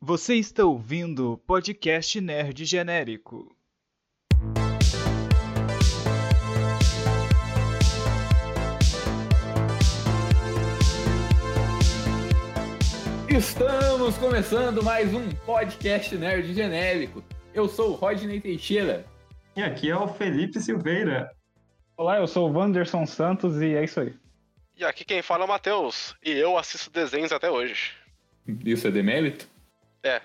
Você está ouvindo o podcast Nerd Genérico. Estamos começando mais um podcast nerd genérico. Eu sou o Rodney Teixeira. E aqui é o Felipe Silveira. Olá, eu sou o Wanderson Santos e é isso aí. E aqui quem fala é o Matheus, e eu assisto desenhos até hoje. Isso é demérito? É.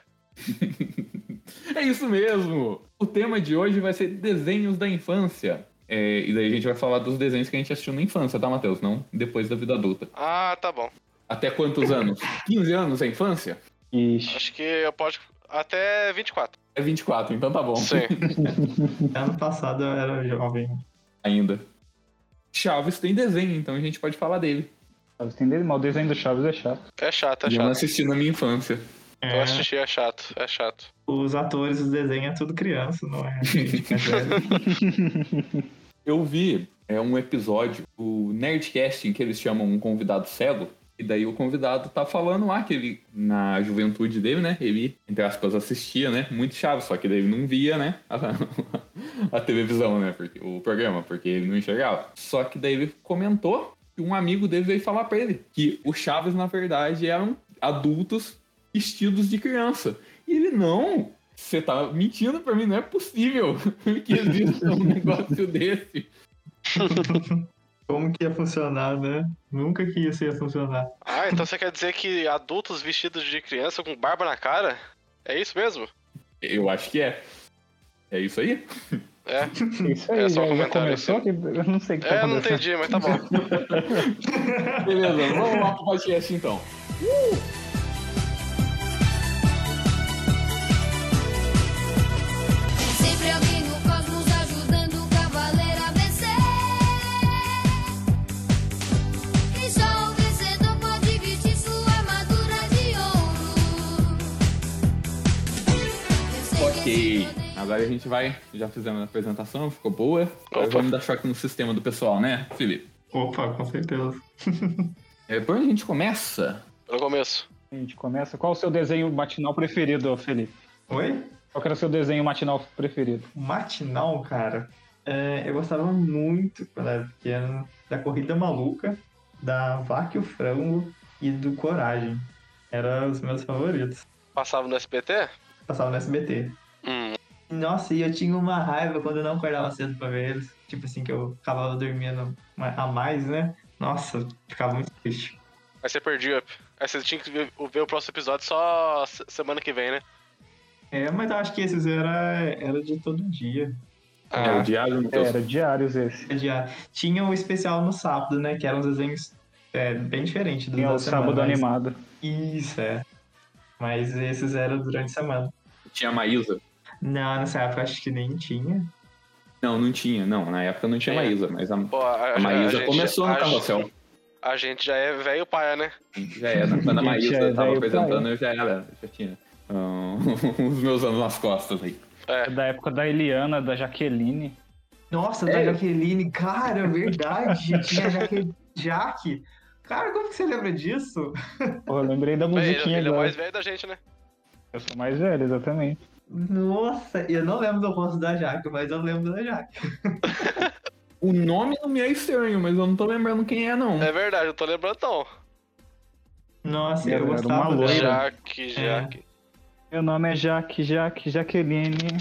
é isso mesmo! O tema de hoje vai ser desenhos da infância. É, e daí a gente vai falar dos desenhos que a gente assistiu na infância, tá, Matheus? Não depois da vida adulta. Ah, tá bom. Até quantos anos? 15 anos é infância? Ixi, Acho que eu posso até 24. É 24, então tá bom. Sim. Ano passado eu era jovem. Ainda. Chaves tem desenho, então a gente pode falar dele. Chaves tem dele, mas o desenho do Chaves é chato. É chato, é E eu não chato. assisti na minha infância. Eu É, assisti, é chato, é chato. os atores, os desenhos é tudo criança, não é? gente, é velho. Eu vi é, um episódio do Nerdcast em que eles chamam um convidado cego. E daí o convidado tá falando lá que ele, na juventude dele, né? Ele, entre aspas, assistia, né? Muito chave, só que daí ele não via, né? A, a televisão, né? Porque, o programa, porque ele não enxergava. Só que daí ele comentou que um amigo dele veio falar pra ele que o Chaves, na verdade, eram adultos vestidos de criança. E ele, não, você tá mentindo pra mim, não é possível que exista um negócio desse. Como que ia funcionar, né? Nunca que isso ia funcionar. Ah, então você quer dizer que adultos vestidos de criança com barba na cara? É isso mesmo? Eu acho que é. É isso aí? É. Isso aí, É só já, um já comentário, começou? assim. Que eu não sei o que tá É, não acontecendo. entendi, mas tá bom. Beleza, vamos lá pro podcast então. Sempre alguém no cosmos ajudando o cavaleiro a vencer. E só o vencedor pode vestir sua armadura de ouro. Ok. Agora a gente vai. Já fizemos a apresentação, ficou boa. Agora Opa. vamos dar choque no sistema do pessoal, né, Felipe? Opa, com certeza. É, por onde a gente começa? Pelo começo. A gente começa. Qual o seu desenho matinal preferido, Felipe? Oi? Qual que era o seu desenho matinal preferido? Matinal, cara. É, eu gostava muito, quando era pequeno, da Corrida Maluca, da Vaca e o Frango e do Coragem. Eram os meus favoritos. Passava no SBT? Passava no SBT. Hum, Nossa, e eu tinha uma raiva quando eu não acordava cedo pra ver eles. Tipo assim, que eu acabava dormindo a mais, né? Nossa, eu ficava muito triste. aí você perdia. Aí você tinha que ver ver o próximo episódio só se- semana que vem, né? É, mas eu acho que esses era, era de todo dia. É o diário, Matheus. Era diários esse. Já tinha um especial no sábado, né? Que eram os desenhos é, bem diferentes dos Tinha o da semana, sábado mas- animado. Isso, é. Mas esses eram durante a semana. Tinha a Maísa. Não, nessa época acho que nem tinha. Não, não tinha. Não, na época não tinha Tinha. Maísa, mas a, Pô, a, a a Maísa gente- começou no a- carrossel. A gente já é velho paia, né? Já era. Quando a Gente, Maísa é tava velho apresentando, eu já era. Já tinha ah, os meus anos nas costas aí. É Da época da Eliana, da Jaqueline. Nossa, É. da Jaqueline, cara, é verdade. tinha a Jaque... Jaque. Cara, como que você lembra disso? Porra, eu lembrei da Ele, musiquinha ele é o agora. mais velho da gente, né? Eu sou mais velho, exatamente. Nossa, eu não lembro do rosto da Jaque, mas eu lembro da Jaque. O nome não me é estranho, mas eu não tô lembrando quem é, não. É verdade, eu tô lembrando então. Nossa, Era eu uma gostava dela. loira. Jaque, É. Jaque. Meu nome é Jaque, Jaque, Jaqueline.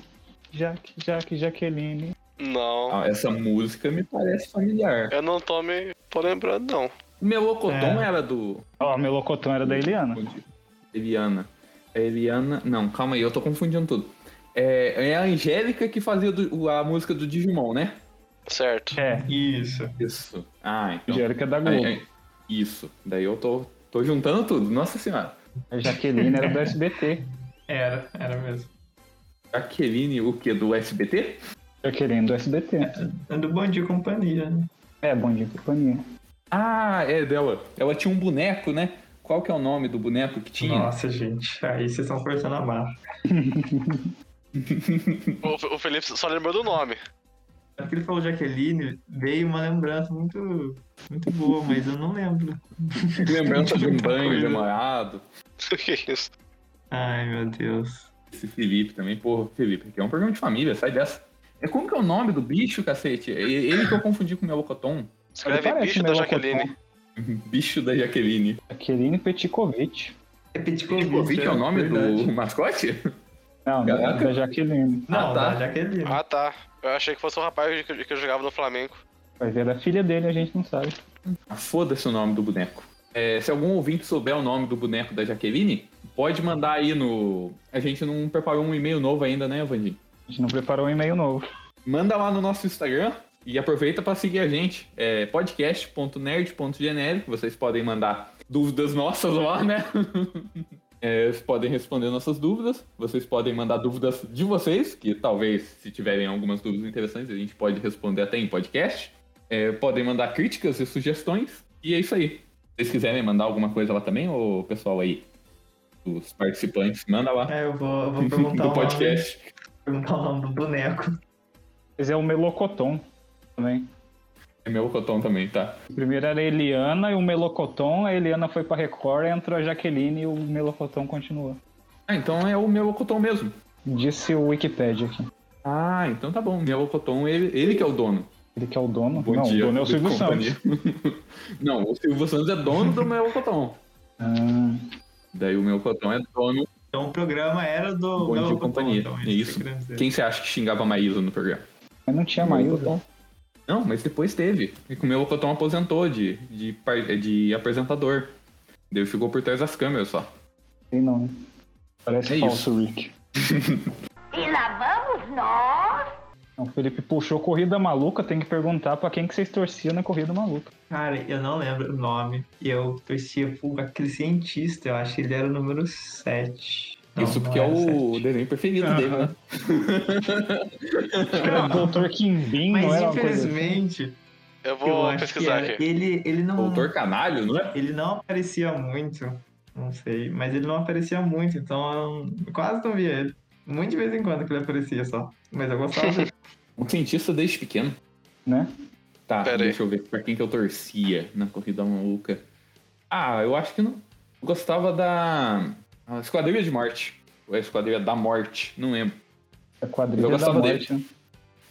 Jaque, Jaque, Jaqueline. Não. Ah, essa música me parece familiar. Eu não tô me. tô lembrando, não. O Melocotão É. era do Ó, meu locotão era da Eliana. Eliana. É Eliana. Não, calma aí, eu tô confundindo tudo. É, é a Angélica que fazia do- o- a música do Digimon, né? Certo. É, Isso. Isso. Ah, então. Angélica é da Globo. Aí- aí- isso. Daí eu tô, tô juntando tudo. Nossa senhora. A Jaqueline era do SBT. Era, era mesmo. Jaqueline, o quê? Do SBT? Jaqueline do SBT. É do Bom Dia e Companhia, né? É, bom dia, companhia. Ah, é dela. Ela tinha um boneco, né? Qual que é o nome do boneco que tinha? Nossa, gente, aí vocês estão forçando a barra. O, o Felipe só lembrou do nome. Na hora que ele falou Jaqueline, veio uma lembrança muito, muito boa, mas eu não lembro. Lembrança de um banho Coisa. demorado. que isso? Ai, meu Deus. Esse Felipe também, porra, Felipe, aqui é um programa de família, sai dessa. É como que é o nome do bicho, cacete? É Ele que eu confundi com o Melocoton. Escreve parece um bicho da meu Jaqueline. Bicho da Jaqueline. Jaqueline Petkovic. É Petkovic. Covid é o nome verdade. do mascote? Não, da, Caraca. da Jaqueline. Não, Ah, tá. da Jaqueline. Ah, tá. Eu achei que fosse o rapaz que, que eu jogava no Flamengo. Vai ver, era é filha dele, a gente não sabe. Ah, Foda-se o nome do boneco. É, se algum ouvinte souber o nome do boneco da Jaqueline, pode mandar aí no. A gente não preparou um e-mail novo ainda, né, Vandinho? A gente não preparou um e-mail novo. Manda lá no nosso Instagram e aproveita para seguir a gente. É podcast.nerd.genérico. Vocês podem mandar dúvidas nossas lá, né? É, vocês podem responder nossas dúvidas. Vocês podem mandar dúvidas de vocês, que talvez, se tiverem algumas dúvidas interessantes, a gente pode responder até em podcast. É, podem mandar críticas e sugestões. E é isso aí. Se vocês quiserem mandar alguma coisa lá também, o pessoal aí, os participantes, manda lá É, eu vou, eu vou perguntar, no o nome, podcast. perguntar o nome do boneco. Mas é o Melocoton também. É meu cotão também, tá? O primeiro era a Eliana e o Melocoton. A Eliana foi pra Record, entrou a Jaqueline e o Melocoton continua. Ah, então é o meu cotão mesmo. Disse o Wikipedia aqui. Ah, então tá bom. Melocoton, ele, ele que é o dono. Ele que é o dono. Bom não, dia. o dono é o Silvio Clube de Santos. Companhia. Não, o Silvio Santos é dono do Melocoton. Ah, Daí o Melocoton é dono. Então o programa era do. Bom do dia, companhia. Então, É que isso. eu queria dizer. Quem você acha que xingava a Maísa no programa? mas não tinha Maísa. Não, mas depois teve. E que o Melocoton aposentou de, de, par- de apresentador. Daí ficou por trás das câmeras só. Sei não. né? Parece É falso, Rick. E lá vamos nós. Não, o Felipe puxou Corrida Maluca, tem que perguntar pra quem que vocês torciam na Corrida Maluca. Cara, eu não lembro o nome. E eu torcia por aquele cientista, eu acho que ele era o número 7. Isso porque é o desenho preferido Aham. dele, né? Era Dr. Kimbim, Mas não era uma coisa assim. infelizmente, Eu eu vou acho pesquisar é, que era. aqui. Ele, ele não. Doutor Canalho, não é? Ele não aparecia muito. Não sei. Mas ele não aparecia muito, então eu quase não via ele. Muito de vez em quando que ele aparecia só. Mas eu gostava dele. Um cientista desde pequeno. Né? Tá, Pera aí. deixa eu ver pra quem que eu torcia na corrida maluca. Ah, eu acho que não. Eu gostava da. A Esquadrilha de Morte. Ou a Esquadrilha da Morte, não lembro. A É quadrilha Eu da gostava morte. né?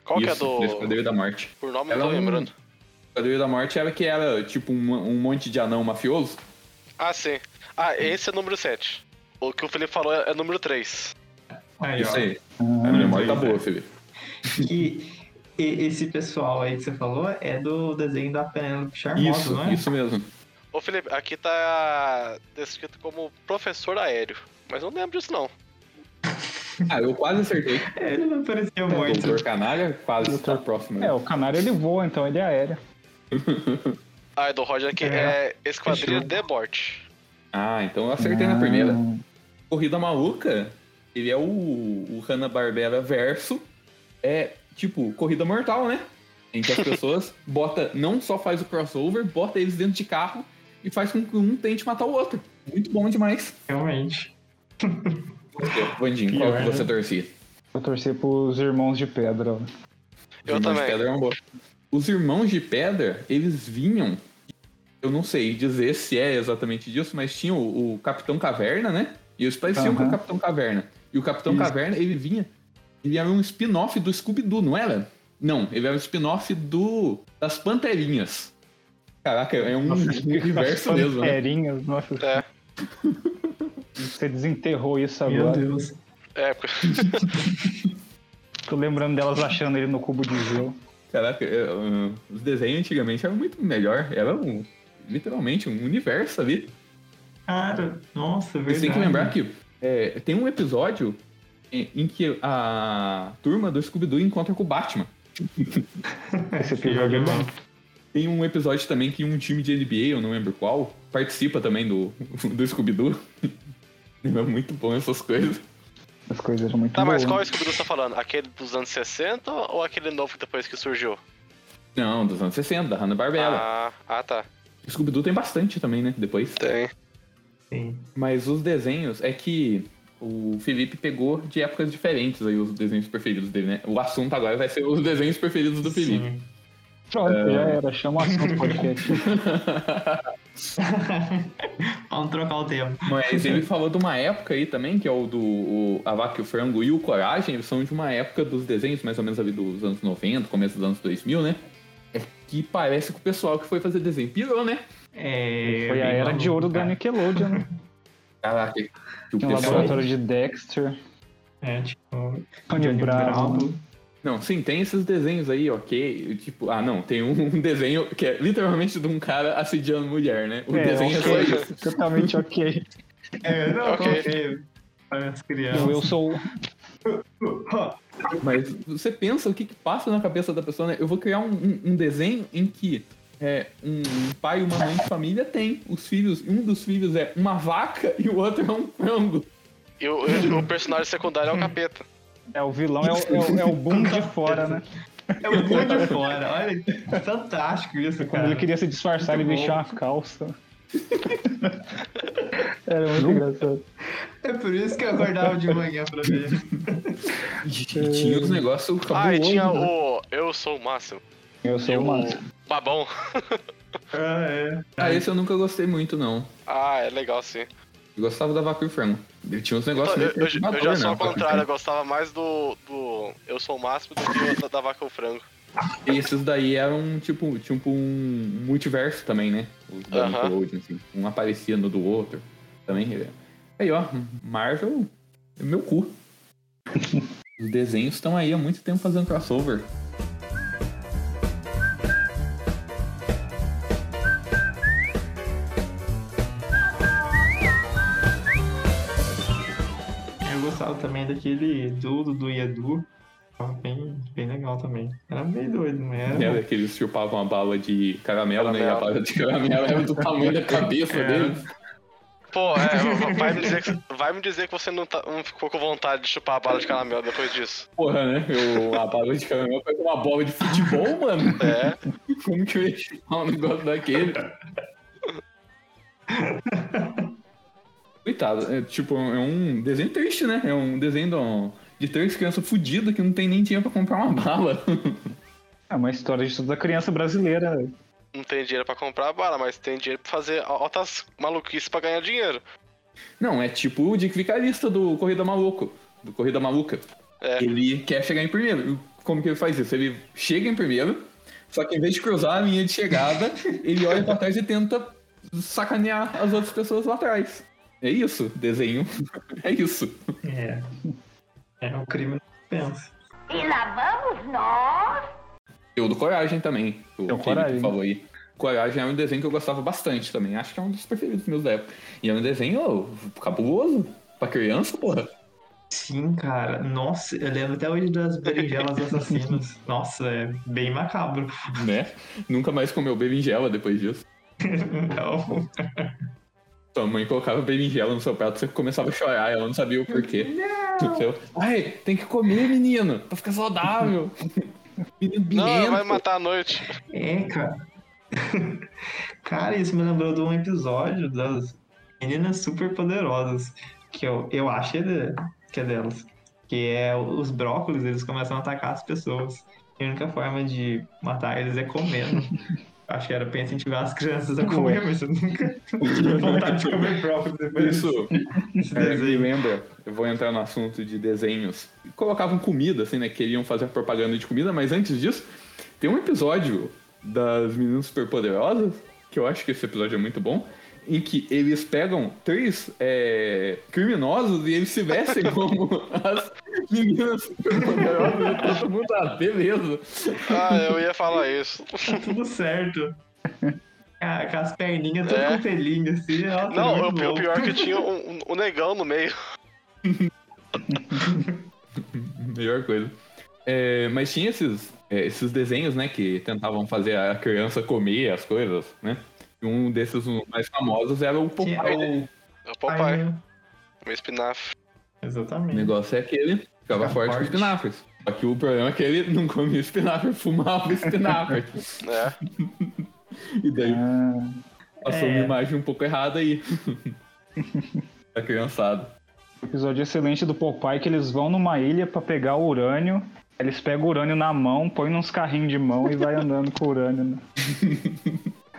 Qual que é Isso, do. da Esquadrilha da Morte. Por nome eu Ela não é tô um- lembrando. Esquadrilha da Morte era que era tipo um, um monte de anão mafioso. Ah, sim. Ah, esse é o número 7. O que o Felipe falou é é número 3. Aí, Isso ó. aí. Ah, A minha memória tá isso aí. boa, Felipe. Que e- esse pessoal aí que você falou é do desenho da Penélope Charmosa, Isso, não né? é? isso mesmo. Ô, Felipe, aqui tá descrito como professor aéreo. Mas eu não lembro disso, não. Ah, eu quase acertei. É, Ele não aparecia muito. É, Doutor Canalha, quase Doutor- tá próximo. é, o canário ele voa, então ele é aéreo. Ah, é do Roger aqui. É. É, Esquadrilha de Morte. Ah, então eu acertei na Ah, primeira. Corrida Maluca, ele é o, o Hanna-Barbera verso. É tipo Corrida Mortal, né? Em que as pessoas bota, não só faz o crossover, bota eles dentro de carro e faz com que um tente matar o outro. Muito bom demais. Realmente. Você, Vandinho, qual Pior, que né? você torcia? Eu torci pros irmãos de pedra. ó. Eu Os Irmãos também. De pedra é uma boa. Os Irmãos de Pedra, eles vinham... Eu não sei dizer se é exatamente disso, mas tinha o, o Capitão Caverna, né? E eles pareciam com o Aham. Capitão Caverna. E o Capitão Isso. Caverna, ele vinha... Ele era um spin-off do Scooby-Doo, não era? Não, ele era um spin-off do... Das Panterinhas. Caraca, é um, um universo As mesmo, né? Panterinhas, nossa, É, você desenterrou isso Meu agora. Deus. é, porque Tô lembrando delas achando ele no cubo de gelo. Caraca, é, uh, os desenhos antigamente eram muito melhor. Era um, literalmente um universo ali. Cara, nossa, verdade. Você tem que lembrar que é, tem um episódio em, em que a turma do Scooby-Doo encontra com o Batman. Esse Esse episódio jogo é é bom. Tem um episódio também que um time de NBA, eu não lembro qual, participa também do, do Scooby-Doo. É muito bom essas coisas. As coisas eram muito Tá, mas boas. qual Scooby-Doo você tá falando? Aquele dos anos 60 ou aquele novo que depois que surgiu? Não, dos anos 60, da Hanna-Barbera. Ah, ah, tá. Scooby-Doo tem bastante também, né? Depois. Tem. Sim. Mas os desenhos é que o Felipe pegou de épocas diferentes aí os desenhos preferidos dele, né? O assunto agora vai ser os desenhos preferidos do Felipe. Sim. Pronto, já era. Chama o assunto do podcast. Vamos trocar o tema. Mas Uhum. ele falou de uma época aí também, que é o do o, a Vaca e o Frango e o Coragem, eles são de uma época dos desenhos, mais ou menos ali dos anos 90, começo dos anos 2000, né? É que parece que o pessoal que foi fazer desenho pirou, né? É, Foi a bem era de maluco, ouro da cara. Nickelodeon, né? Caraca, que o Tinha um pessoal... laboratório de Dexter, É, tipo, Tony Johnny Bravo. Bravo. Não, sim, tem esses desenhos aí, ok? Tipo, ah, não, tem um, um desenho que é literalmente de um cara assediando mulher, né? O É, desenho é só ok. isso. Totalmente ok. É, não, Ok. ok. Para as crianças. Eu sou. Mas você pensa o que, que passa na cabeça da pessoa, né? Eu vou criar um, um- um desenho em que é, um pai e uma mãe de família tem os filhos, um dos filhos é uma vaca e o outro é um frango. E o, e o personagem secundário é o capeta. É, o vilão é o, é o, é o boom de fora, né? É o bom de fora. Olha, fantástico isso, Quando cara. ele queria se disfarçar, ele Muito vestia bom. uma calça. Era muito engraçado. É por isso que eu acordava de manhã pra ver. E tinha os negócios Ah, e cabulosos. tinha né? o Eu Sou o Máximo. Eu sou Eu- o Márcio. Babão. Ah, é. Ah, esse eu nunca gostei muito, não. Ah, é legal sim. Eu gostava da vaca e o frango. Eu tinha uns negócios Então, Eu, meio eu- eu perturbador, já né, sou a ao vaca e o contrário, eu frango. gostava mais do, do Eu Sou o Máximo do que o da, da Vaca e o Frango. E esses daí eram tipo, tipo um multiverso também, né? Os da Aham. Nickelodeon, assim. Um aparecia no do outro. Também. é. Aí, ó, Marvel é meu cu. Os desenhos estão aí há muito tempo fazendo crossover. Eu gostava também daquele do Dudu e Edu. Tava bem, bem legal também. Era meio doido, não era? Era que eles Né, chupavam a bala de caramelo, né? E a Caramelo. bala de caramelo era do tamanho da cabeça deles. Pô, é, v- vai me dizer que, vai me dizer que você não, tá- não ficou com vontade de chupar a bala de caramelo depois disso. Porra, né? Eu- a bala de caramelo foi uma bola de futebol, mano. É, Como que eu ia chupar um negócio daquele? Coitado, é, tipo, é um desenho triste, né? É um desenho de um- de três crianças fodidas que não tem nem dinheiro pra comprar uma bala. É uma história de toda criança brasileira. velho. não tem dinheiro pra comprar a bala, mas tem dinheiro pra fazer altas maluquices pra ganhar dinheiro. Não, é tipo o Dick Vicarista do Corrida Maluco. Do Corrida Maluca. É. Ele quer chegar em primeiro. E Como que ele faz isso? Ele chega em primeiro, só que em vez de cruzar a linha de chegada, ele olha pra trás e tenta sacanear as outras pessoas lá atrás. É isso, desenho. É isso. É. É um crime não pensa. E lá vamos nós. Eu do Coragem também. O Tem o Felipe Coragem. falou aí. Coragem é um desenho que eu gostava bastante também. Acho que é um dos preferidos meus da época. E é um desenho ô, cabuloso. Pra criança, porra. Sim, cara. Nossa, eu lembro até hoje das berinjelas assassinas. Nossa, é bem macabro. Né? Nunca mais comeu berinjela depois disso. Não. Sua mãe colocava berinjela no seu prato, você começava a chorar, ela não sabia o porquê. Seu- Ai, tem que comer, menino, pra ficar saudável. menino Não, vai birrento. matar a noite. É, cara. Cara, isso me lembrou de um episódio das Meninas Super Poderosas, que eu, eu acho que é, de- que é delas. Que é os brócolis, eles começam a atacar as pessoas. E a única forma de matar eles é comendo. Acho que era pra incentivar as crianças a comer, mas eu nunca tive vontade de comer brócolis depois Isso, desse É, me desenho. lembra, eu vou entrar no assunto de desenhos. Colocavam comida, assim, né? Queriam fazer propaganda de comida, mas antes disso, tem um episódio das Meninas Superpoderosas, que eu acho que esse episódio é muito bom, em que eles pegam três é, criminosos e eles se vestem como as Meninas Superpoderosas. e Todo mundo, ah, beleza. Ah, eu ia falar isso. Tá tudo certo. Ah, Com as perninhas, tudo É. com pelinho, assim. Nossa, Não, muito o pi- o bom. pior é que tinha um, um- um negão no meio. Melhor coisa. É, mas tinha esses, é, esses desenhos, né, que tentavam fazer a criança comer as coisas, né? E Um desses mais famosos era o Popeye. Tinha né? É o papai, Ai, meu. meu espinafre. O Exatamente. negócio é aquele, ficava Fica forte com forte. espinafres. Só que o problema é que ele não comia espinafre, fumava espinafre. É. e daí Ah, passou É. uma imagem um pouco errada aí. da criançada. episódio excelente do Popeye que eles vão numa ilha pra pegar o urânio Eles pegam o urânio na mão, põem nos carrinhos de mão e vai andando com o urânio. né?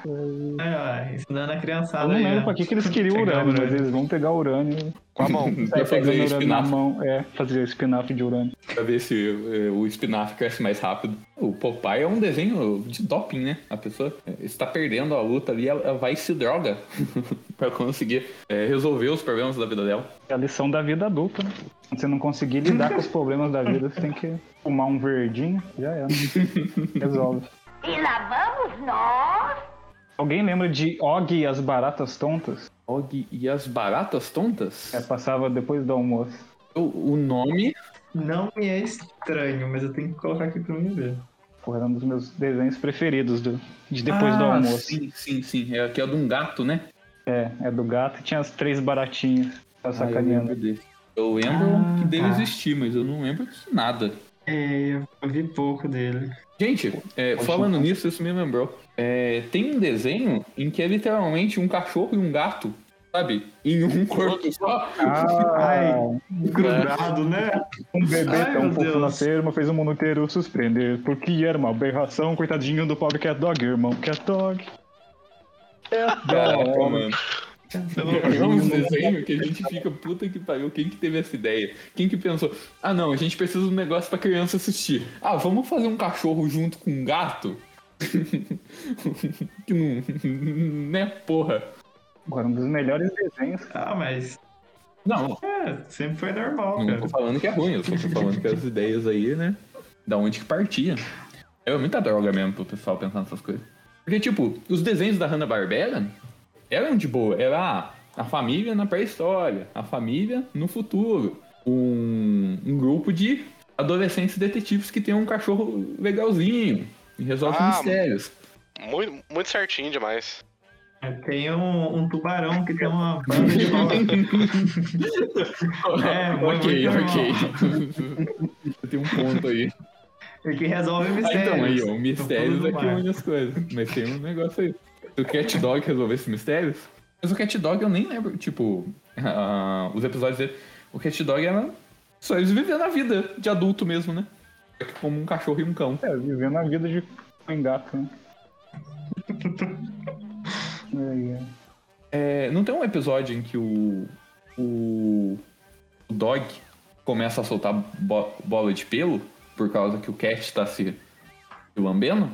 Ai, ai, É, ensinando a criançada Eu não aí, lembro ó. pra que, que eles queriam Pegar urânio, mas urânio. eles vão pegar urânio. Com a mão. Pra Sai pegando fazer urânio tá na espinafre. mão. É, fazer spin-off de urânio. Pra ver se eh, o espinafre cresce mais rápido. O Popeye é um desenho de doping, né? A pessoa eh, está perdendo a luta ali, ela ela vai e se droga pra conseguir eh, resolver os problemas da vida dela. É a lição da vida adulta, né? Quando você não conseguir lidar com os problemas da vida, você tem que fumar um verdinho, já era. Resolve. E lá vamos nós. Alguém lembra de Og e as Baratas Tontas? Og e as baratas tontas? É, passava depois do almoço. O, o nome Não me é estranho, mas eu tenho que colocar aqui pra mim ver. Porra, era um dos meus desenhos preferidos do, de depois do Ah, almoço. Sim, sim, sim. É aqui é de um gato, né? É, é do gato e tinha as três baratinhas. Tá Ah, eu sacaneando. lembro desse. Eu lembro Ah, que dele tá. existir, mas eu não lembro de nada. É, eu vi pouco dele. Gente, é, falando nisso, isso me lembrou. É, tem um desenho em que é literalmente um cachorro e um gato, sabe? Em um corpo só. Ai, Ah, grudado, né? um bebê Ai, tão meu fofo Deus. na firma fez o mundo inteiro surpreender. Porque era uma aberração, coitadinho do pobre cat dog, irmão. Cat dog. é, Caraca, mano. É um desenho que a gente fica, puta que pariu, quem que teve essa ideia? Quem que pensou, ah não, a gente precisa de um negócio pra criança assistir. Ah, vamos fazer um cachorro junto com um gato? que não. né, porra. Agora, um dos melhores desenhos. Ah, mas Não, é, sempre foi normal, Não cara. tô falando que é ruim, eu só tô falando que as ideias aí, né? Da onde que partia. É muita droga mesmo pro pessoal pensar nessas coisas. Porque, tipo, os desenhos da Hanna-Barbera eram de boa. Era ah, a família na pré-história, a família no futuro. Um, um grupo de adolescentes detetives que tem um cachorro legalzinho e resolve Ah, mistérios. Muito, muito certinho demais. Tem um, um tubarão que tem uma banda de bola. é, muito ok, bom. ok. tem um ponto aí. e que resolve Ah, mistérios. então, aí, ó, Tô mistérios é falando que mais. une as coisas. Mas tem um negócio aí. Se o Cat Dog resolvesse mistérios. Mas o Cat Dog eu nem lembro. Tipo, ah, os episódios dele. O Cat Dog era só eles vivendo a vida de adulto mesmo, né? Só que Como um cachorro e um cão. É, vivendo a vida de um gato, né? Ai, ai. É, não tem um episódio em que o. O. O Dog começa a soltar bo- bola de pelo por causa que o Cat tá se, se lambendo?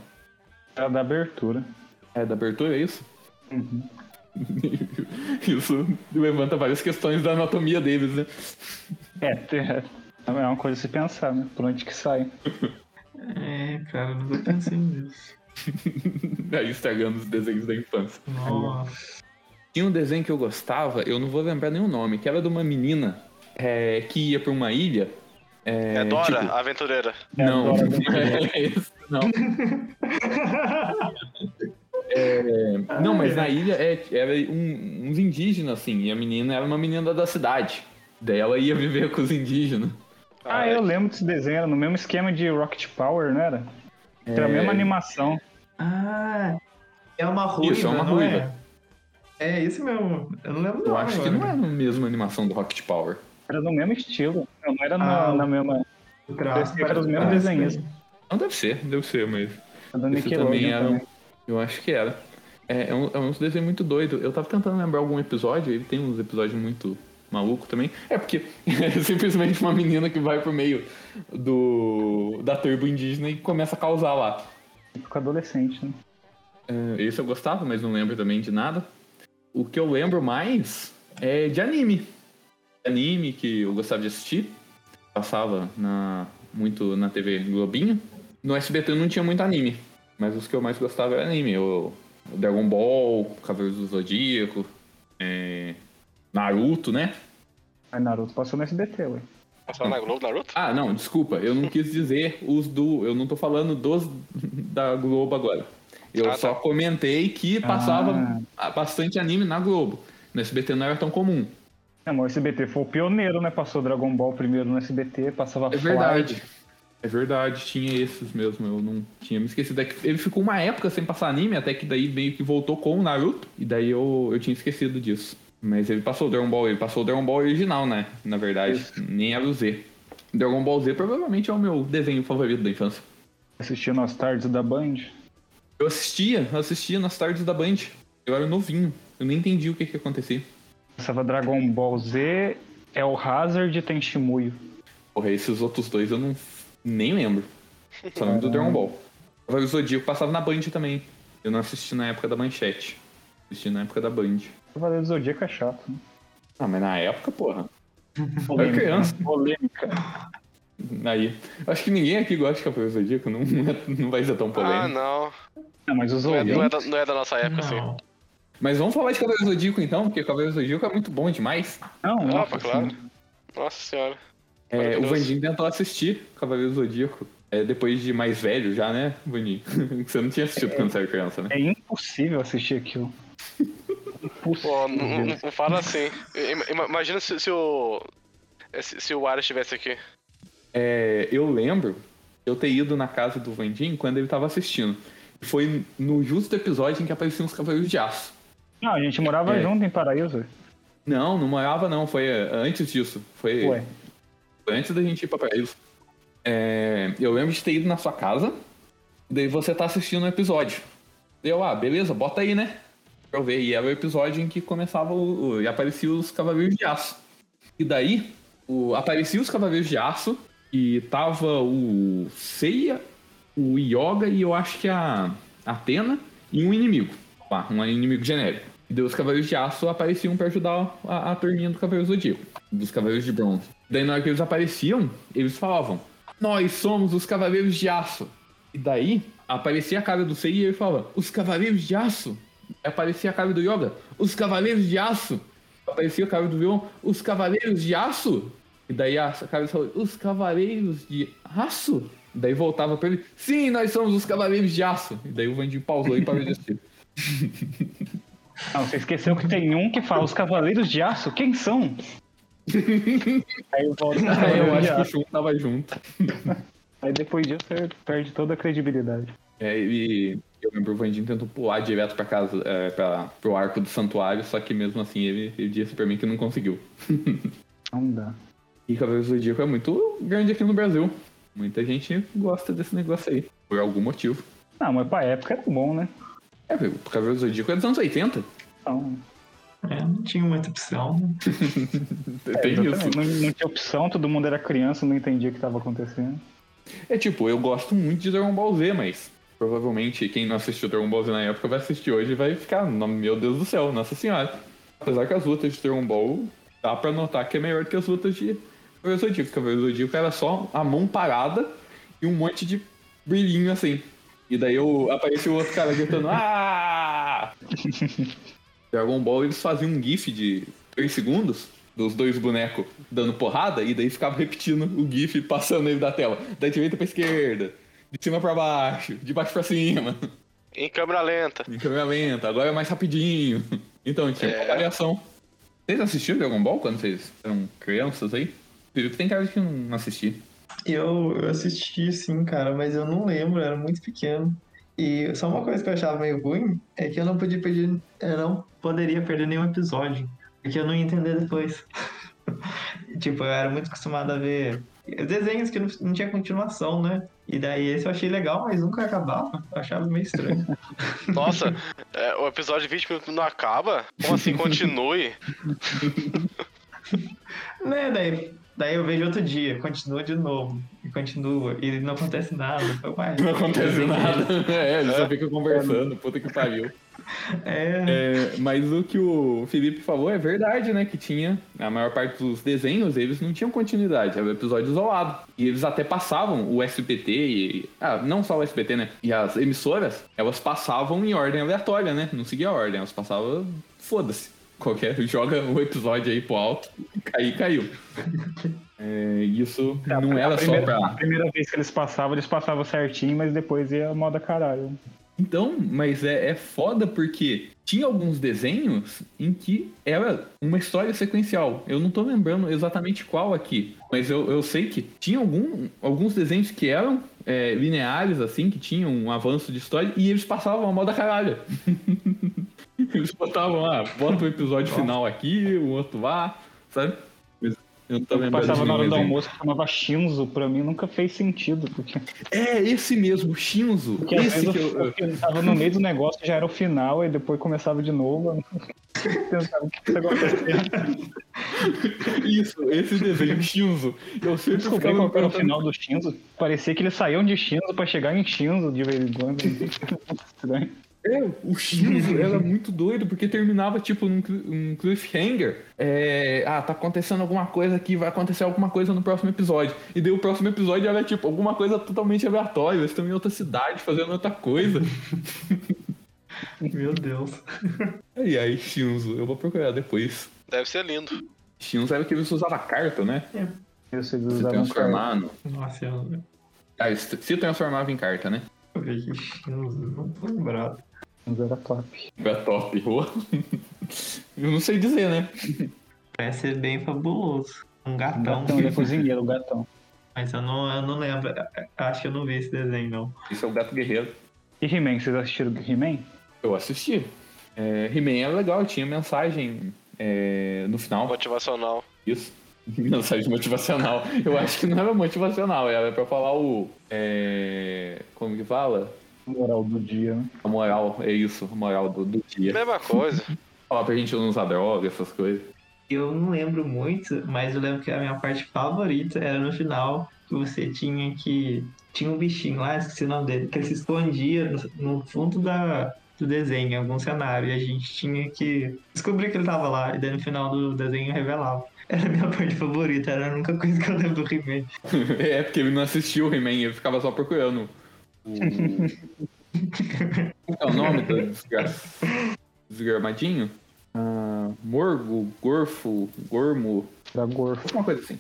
Era da abertura. É da abertura, é isso? Uhum. Isso levanta várias questões da anatomia deles, né? É, é, é uma coisa a se pensar, né? Por onde que sai. É, cara, eu nunca pensei nisso. Aí estragando os desenhos da infância. Nossa. Tinha um desenho que eu gostava, eu não vou lembrar nenhum nome, que era de uma menina é, que ia pra uma ilha. É, É, Dora, tipo- a aventureira. não, É Dora não é esse, não. É, não, mas na ilha é, era um- uns indígenas, assim, e a menina era uma menina da cidade. Daí ela ia viver com os indígenas. Ah, é. eu lembro desse desenho, era no mesmo esquema de Rocket Power, não era? Era a É. mesma animação. Ah, é uma ruiva, Isso, é uma não ruiva. É? é isso mesmo. Eu não lembro Eu acho que não é. era a mesma animação do Rocket Power. Era no mesmo estilo. Não, não era na, Ah, na mesma. Era os mesmos desenhistas. Não deve ser, deve ser, mas. Era da Esse Nickelodeon também era. também. Eu acho que era. É, é um, é um desenho muito doido. Eu tava tentando lembrar algum episódio, ele tem uns episódios muito maluco também. É porque é simplesmente uma menina que vai pro meio do da tribo indígena e começa a causar lá. Fico adolescente, né? É, esse eu gostava, mas não lembro também de nada. O que eu lembro mais é de anime. Anime que eu gostava de assistir. Passava na, muito na TV Globinho. No SBT não tinha muito anime. Mas os que eu mais gostava era anime. O o Dragon Ball, Cavaleiros do Zodíaco, é, Naruto, né? Ai, Naruto passou no SBT, ué. Passava na Globo, Naruto? Ah, não, desculpa. Eu não quis dizer os do. Eu não tô falando dos da Globo agora. Eu Ah, tá. só comentei que passava bastante anime na Globo. No SBT não era tão comum. Não, mas o SBT foi o pioneiro, né? Passou Dragon Ball primeiro no SBT, passava É verdade. É verdade, tinha esses mesmo. Eu não tinha me esquecido. É que Ele ficou uma época sem passar anime, até que daí meio que voltou com o Naruto. E daí eu, eu tinha esquecido disso. Mas ele passou o Dragon Ball, ele passou o Dragon Ball original, né? Na verdade, nem era o Z. Dragon Ball Z provavelmente é o meu desenho favorito da infância. Assistindo as tardes da Band. Eu assistia, assistia nas tardes da Band. Eu era novinho. Eu nem entendi o que que acontecia. Passava Dragon Ball Z, é o Hazard e tem Shimuyo. Porra, esses outros dois eu não nem lembro. Só lembro do Dragon Ball. Cavaleiro do Zodíaco passava na Band também. Eu não assisti na época da Manchete. Assisti na época da Band. Cavaleiro do Zodíaco é chato. Né? Ah, mas na época, porra. Eu era criança. Polêmica. Aí. Acho que ninguém aqui gosta de Cavaleiro do Zodíaco. Não, não vai ser tão Ah, polêmico. não. Não, mas os Não é, não é ouvintes... da, não é da nossa época, assim. Não. mas vamos falar de Cavaleiro do Zodíaco então, porque Cavaleiro do Zodíaco é muito bom demais. Não, assim, não. Opa, claro. Nossa senhora. É, o Maravilhoso. Vandinho tentou assistir Cavaleiro do Zodíaco. É, depois de mais velho já, né, Vandinho? Você não tinha assistido quando você era criança, né? É impossível assistir aquilo. impossível. Pô, não, não- não fala assim. Ima- ima- Imagina se, se o. Se, se o Ares estivesse aqui. É, eu lembro eu ter ido na casa do Vandinho quando ele tava assistindo. Foi no justo episódio em que apareciam os Cavaleiros de Aço. Não, a gente morava É. junto em Paraíso. Não, não morava não, foi é, antes disso. É. Foi, Ué. foi antes da gente ir pra Paraíso. É, eu lembro de ter ido na sua casa, daí você tá assistindo um episódio. Deu, ah, beleza, bota aí, né? Pra eu ver. E era o episódio em que começava o, o- e aparecia os Cavaleiros de Aço. E daí, o, aparecia os Cavaleiros de Aço e tava o Seiya, o Yoga e eu acho que a Atena e um inimigo. Lá, um inimigo genérico. E daí os Cavaleiros de Aço apareciam pra ajudar a, a turminha do Cavaleiro Zodíaco, dos Cavaleiros de Bronze. Daí na hora que eles apareciam, eles falavam: Nós somos os Cavaleiros de Aço. E daí aparecia a cara do Sei e ele falava: Os Cavaleiros de Aço. Aí aparecia a cara do Yoga: Os Cavaleiros de Aço. Aparecia a cara do Vion: Os Cavaleiros de Aço. E daí a cara falou: Os Cavaleiros de Aço. Daí voltava pra ele: Sim, nós somos os Cavaleiros de Aço. E daí o Vandinho pausou e parou de assistir. Não, você esqueceu que tem um que fala os Cavaleiros de Aço, quem são? Aí volta os Aí Ah, eu Cavaleiros de acho que o Aço. Shun tava junto. Aí depois disso você perde toda a credibilidade. É, e eu lembro o Vandinho tentou pular direto pra casa, é, pra, pro arco do santuário, só que mesmo assim ele, ele disse pra mim que não conseguiu. Não dá. E Cavaleiro do Zodíaco é muito grande aqui no Brasil. Muita gente gosta desse negócio aí, por algum motivo. Não, mas pra época era bom, né? É, o Cavaleiro do Zodíaco é dos anos 80. Então, É, não tinha muita opção. né? Tem É isso. exatamente. não, não tinha opção, todo mundo era criança, não entendia o que tava acontecendo. É tipo, eu gosto muito de Dragon Ball Z, mas provavelmente quem não assistiu Dragon Ball Z na época vai assistir hoje e vai ficar, "No- meu Deus do céu, Nossa Senhora. Apesar que as lutas de Dragon Ball dá pra notar que é melhor que as lutas de Cavaleiro Zodíaco. Cavaleiro Zodíaco era só a mão parada e um monte de brilhinho assim. E daí eu, apareceu o outro cara gritando, ah! Dragon Ball eles faziam um gif de 3 segundos dos dois bonecos dando porrada e daí ficava repetindo o gif passando ele da tela. Da direita pra esquerda, de cima pra baixo, de baixo pra cima, Em câmera lenta. em câmera lenta, agora é mais rapidinho. Então, tinha uma É. variação. Vocês assistiram Dragon Ball quando vocês eram crianças aí? Felipe tem cara de que não assisti. Eu, eu assisti sim, cara, mas eu não lembro, eu era muito pequeno. E só uma coisa que eu achava meio ruim é que eu não podia perder, eu não poderia perder nenhum episódio, porque eu não ia entender depois. Tipo, eu era muito acostumado a ver desenhos que não, não tinha continuação, né? E daí esse eu achei legal, mas nunca acabava. Eu achava meio estranho. Nossa, é, o episódio de 20 minutos não acaba? Como assim? Continue. né? Daí, daí eu vejo outro dia, continua de novo, e continua, e não acontece nada. Eu, uai, Não acontece nada. É, ele só fica conversando, puta que pariu. É, É, mas o que o Felipe falou é verdade, né? Que tinha a maior parte dos desenhos, eles não tinham continuidade, era um episódio isolado. E eles até passavam o SBT e. Ah, não só o SBT, né? E as emissoras, elas passavam em ordem aleatória, né? Não seguia a ordem, elas passavam. Foda-se. Qualquer. um Joga o episódio aí pro alto, cair, caiu. É, isso não era Tá, a só primeira, pra. A primeira vez que eles passavam, eles passavam certinho, mas depois ia moda caralho. Então, mas é, é foda porque tinha alguns desenhos em que era uma história sequencial. Eu não tô lembrando exatamente qual aqui, mas eu, eu sei que tinha algum, alguns desenhos que eram é, lineares, assim, que tinham um avanço de história e eles passavam a moda caralho. um eles botavam, ah, bota o episódio final aqui, o outro lá, um sabe? Mas Eu não tô Eu lembrando passava do na hora nome do dele. almoço que chamava Shinzo, pra mim nunca fez sentido, porque, É, esse mesmo, Shinzo. porque às esse vezes que eu, eu... eu, tava no meio do negócio, já era o final, e depois começava de novo. Eu pensava, o que tá acontecendo? Isso, esse desenho, Shinzo. Eu sempre Descobri qual ficava era o perguntando- final do Shinzo. Parecia que eles saíam de Shinzo pra chegar em Shinzo de vez em quando. Estranho. É, o Shinzo era muito doido, porque terminava, tipo, num cl- um cliffhanger. É, ah, tá acontecendo alguma coisa aqui, vai acontecer alguma coisa no próximo episódio. E daí o próximo episódio era, tipo, alguma coisa totalmente aleatória. Eles estão em outra cidade, fazendo outra coisa. "É, Meu Deus. Ai, ai, Shinzo, eu vou procurar depois. Deve ser lindo. Shinzo era aquele que usava carta, né? Isso, eles Se usavam transformar no... Nossa, eu, Ah, se se transformava em carta, né? eu vi que Shinzo, não tô lembrado. Shinzo, era top. Era Tipo, é top. Eu não sei dizer, né? Parece ser bem fabuloso. Um gatão. Então, Gatão, ele é cozinheiro, o gatão. Mas eu não, eu não lembro. Acho que eu não vi esse desenho, não. Isso é o Gato Guerreiro. E He-Man, vocês assistiram do He-Man? Eu assisti. É, He-Man era legal, tinha mensagem é, no final. Motivacional. Isso. Mensagem motivacional. Eu acho que não era motivacional, era pra falar o. é, como que fala? Moral do dia, né? A moral, é isso, a moral do, do dia. Mesma coisa. Falar pra gente não usar droga, essas coisas. Eu não lembro muito, mas eu lembro que a minha parte favorita era no final, que você tinha que. Tinha um bichinho lá, esqueci o nome dele, que ele se escondia no, no fundo da, do desenho, em algum cenário, e a gente tinha que descobrir que ele tava lá, e daí no final do desenho revelava. Era a minha parte favorita, era a única coisa que eu lembro do He-Man. é, porque ele não assistiu o He-Man, ele ficava só procurando. O... Como que é o nome do desgra... desgramadinho? Ah, morgo, Gorfo, Gormo, Era gorfo. alguma coisa assim.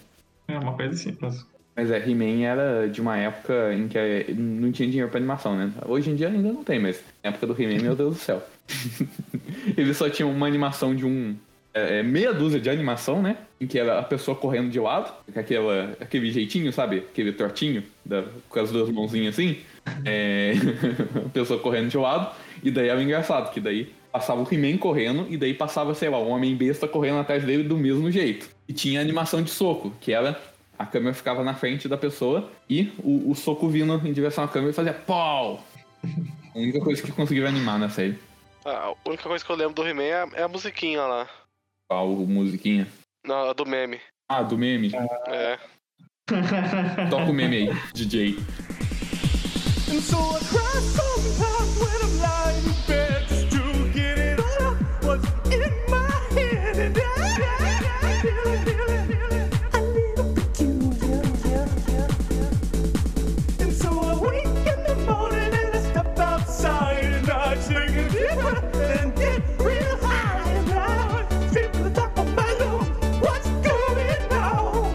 É uma coisa assim, mas. Mas é, He-Man era de uma época em que eh, não tinha dinheiro pra animação, né? Hoje em dia ainda não tem, mas na época do He-Man, meu Deus do céu. Ele só tinha uma animação de um. eh, eh, meia dúzia de animação, né? Em que era a pessoa correndo de lado, com aquela, aquele jeitinho, sabe? Aquele trotinho, da- com as duas mãozinhas assim. É, a pessoa correndo de lado. E daí era engraçado, que daí passava o He-Man correndo, e daí passava, sei lá, um homem besta correndo atrás dele do mesmo jeito. E tinha a animação de soco, que era a câmera ficava na frente da pessoa e o, o soco vindo em direção à câmera e fazia pau! A única coisa que conseguiu animar na série. Ah, a única coisa que eu lembro do He-Man é a- é a musiquinha lá. Pau, musiquinha. Não, a do meme. Ah, do meme. É. Toca o meme aí, DJ. And so I cried sometimes when I'm lying in bed just to get it all out what's in my head. And I, I, I feel it, feel it, feel it. I need a peculiar, yeah, yeah, yeah. And so I wake in the morning and I step outside and I take a deep breath and get real high. And I feel the top of my lungs, what's going on?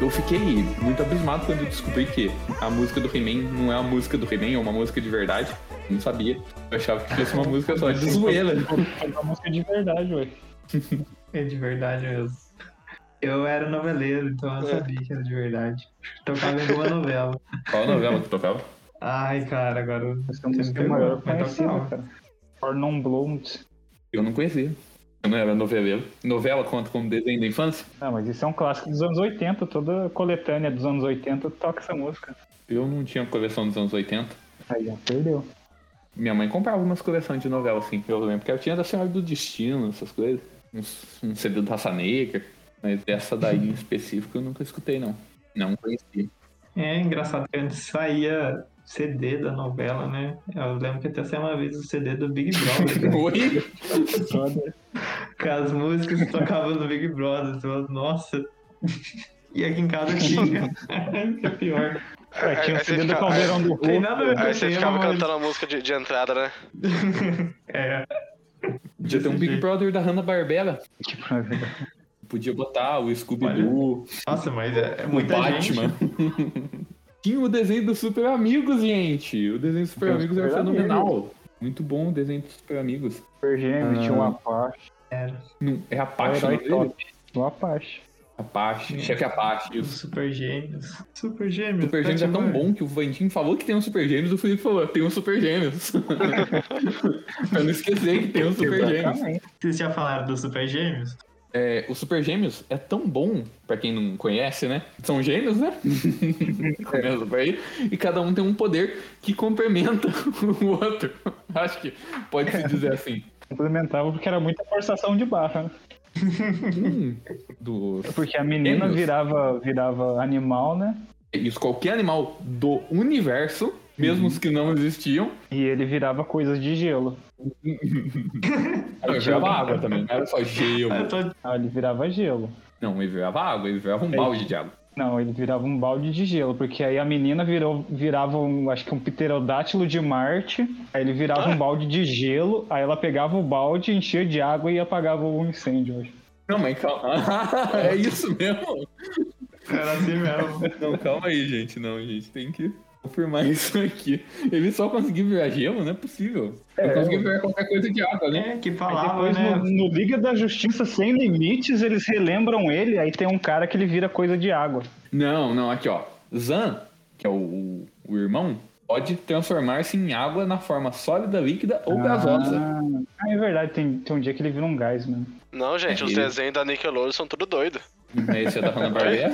Eu fiquei muito abismado quando eu descobri que a música do He-Man não é a música do He-Man, é uma música de verdade. Eu Não sabia. Eu achava que fosse uma música só de zoeira. Era É uma música de verdade, ué. É de verdade mesmo. Eu era noveleiro, então É. eu sabia que era de verdade. Tocava em boa novela. Qual a novela que tocava? Ai, cara, agora. Essa música é pegou, maior mas conhecida, tocava. cara. Ornon Blond. Eu não conhecia. Eu não era noveleiro. Novela conta como desenho da infância? Ah, mas isso é um clássico dos anos 80. Toda coletânea dos anos 80 toca essa música. Eu não tinha coleção dos anos 80. Aí, ó, perdeu. Minha mãe comprava umas coleções de novela, assim, eu lembro. Porque eu tinha da Senhora do Destino, essas coisas. Uns, um CD do Raça Negra. Mas essa daí em específico eu nunca escutei, não. Não conhecia. É engraçado que antes saía CD da novela, né? Eu lembro que até saiu uma vez o CD do Big Brother, né? Oi? Brother. que as músicas que tocavam no Big Brother. então, Nossa! E aqui em casa tinha. que é pior. Ué, É, tinha o Aí você CD do fica- Caldeirão do Tem Rô. nada a ver com Aí o você tema, ficava mas- cantando a música de, de entrada, né? É. Podia ter um Big Brother da Hanna-Barbera. Que problema. Podia botar o Scooby-Doo, Nossa, mas é, é o muita gente. Batman. tinha o desenho dos Super Amigos, gente. O desenho dos Super Tem os Amigos era Super fenomenal. Muito bom o desenho dos Super Amigos. Super Gêmeo, tinha um Apache. Era. Não, é Apache, É o não herói é? O Apache. Apache, chefe Apache, Os isso. Super Gêmeos. Super Gêmeos. Super Gêmeos é tão Batman. bom que o Vandinho falou que tem um Super Gêmeos, o Felipe falou, tem um Super Gêmeos. pra não esquecer que tem um Super Gêmeos. Exatamente. Vocês já falaram dos Super Gêmeos? É, o Super Gêmeos é tão bom, pra quem não conhece, né? São gêmeos, né? Começa por aí. E cada um tem um poder que complementa o outro. Acho que pode se dizer assim. Implementava porque era muita forçação de barra. né? Hum, do... Porque a menina Gêmeos. virava, virava animal, né? Isso, qualquer animal do universo, mesmo os que não existiam, E ele virava coisas de gelo. ele virava água também. Não era só gelo. Eu tô... Ah, ele virava gelo. Não, ele virava água, ele virava um É. balde de água. Não, ele virava um balde de gelo, porque aí a menina virou, virava um, acho que um pterodátilo de Marte, aí ele virava um balde de gelo, aí ela pegava o balde, enchia de água e apagava o incêndio. acho. Não, mas calma. é isso mesmo? Era assim mesmo. Não, calma aí, gente. Não, gente, tem que confirmar isso aqui. Ele só conseguiu virar gelo? Não é possível. Ele conseguiu virar qualquer coisa de água, né? É, que Aí falava, depois, né? no, no Liga da Justiça Sem Limites, eles relembram ele, aí tem um cara que ele vira coisa de água. Não, não, aqui ó. Zan, que é o, o, o irmão, pode transformar-se em água na forma sólida, líquida ou gasosa. Ah, é verdade, tem, tem um dia que ele vira um gás, mano. Não, gente, os Ele- desenhos da Nickelodeon são tudo doido. Não é esse da Hanna Barbera?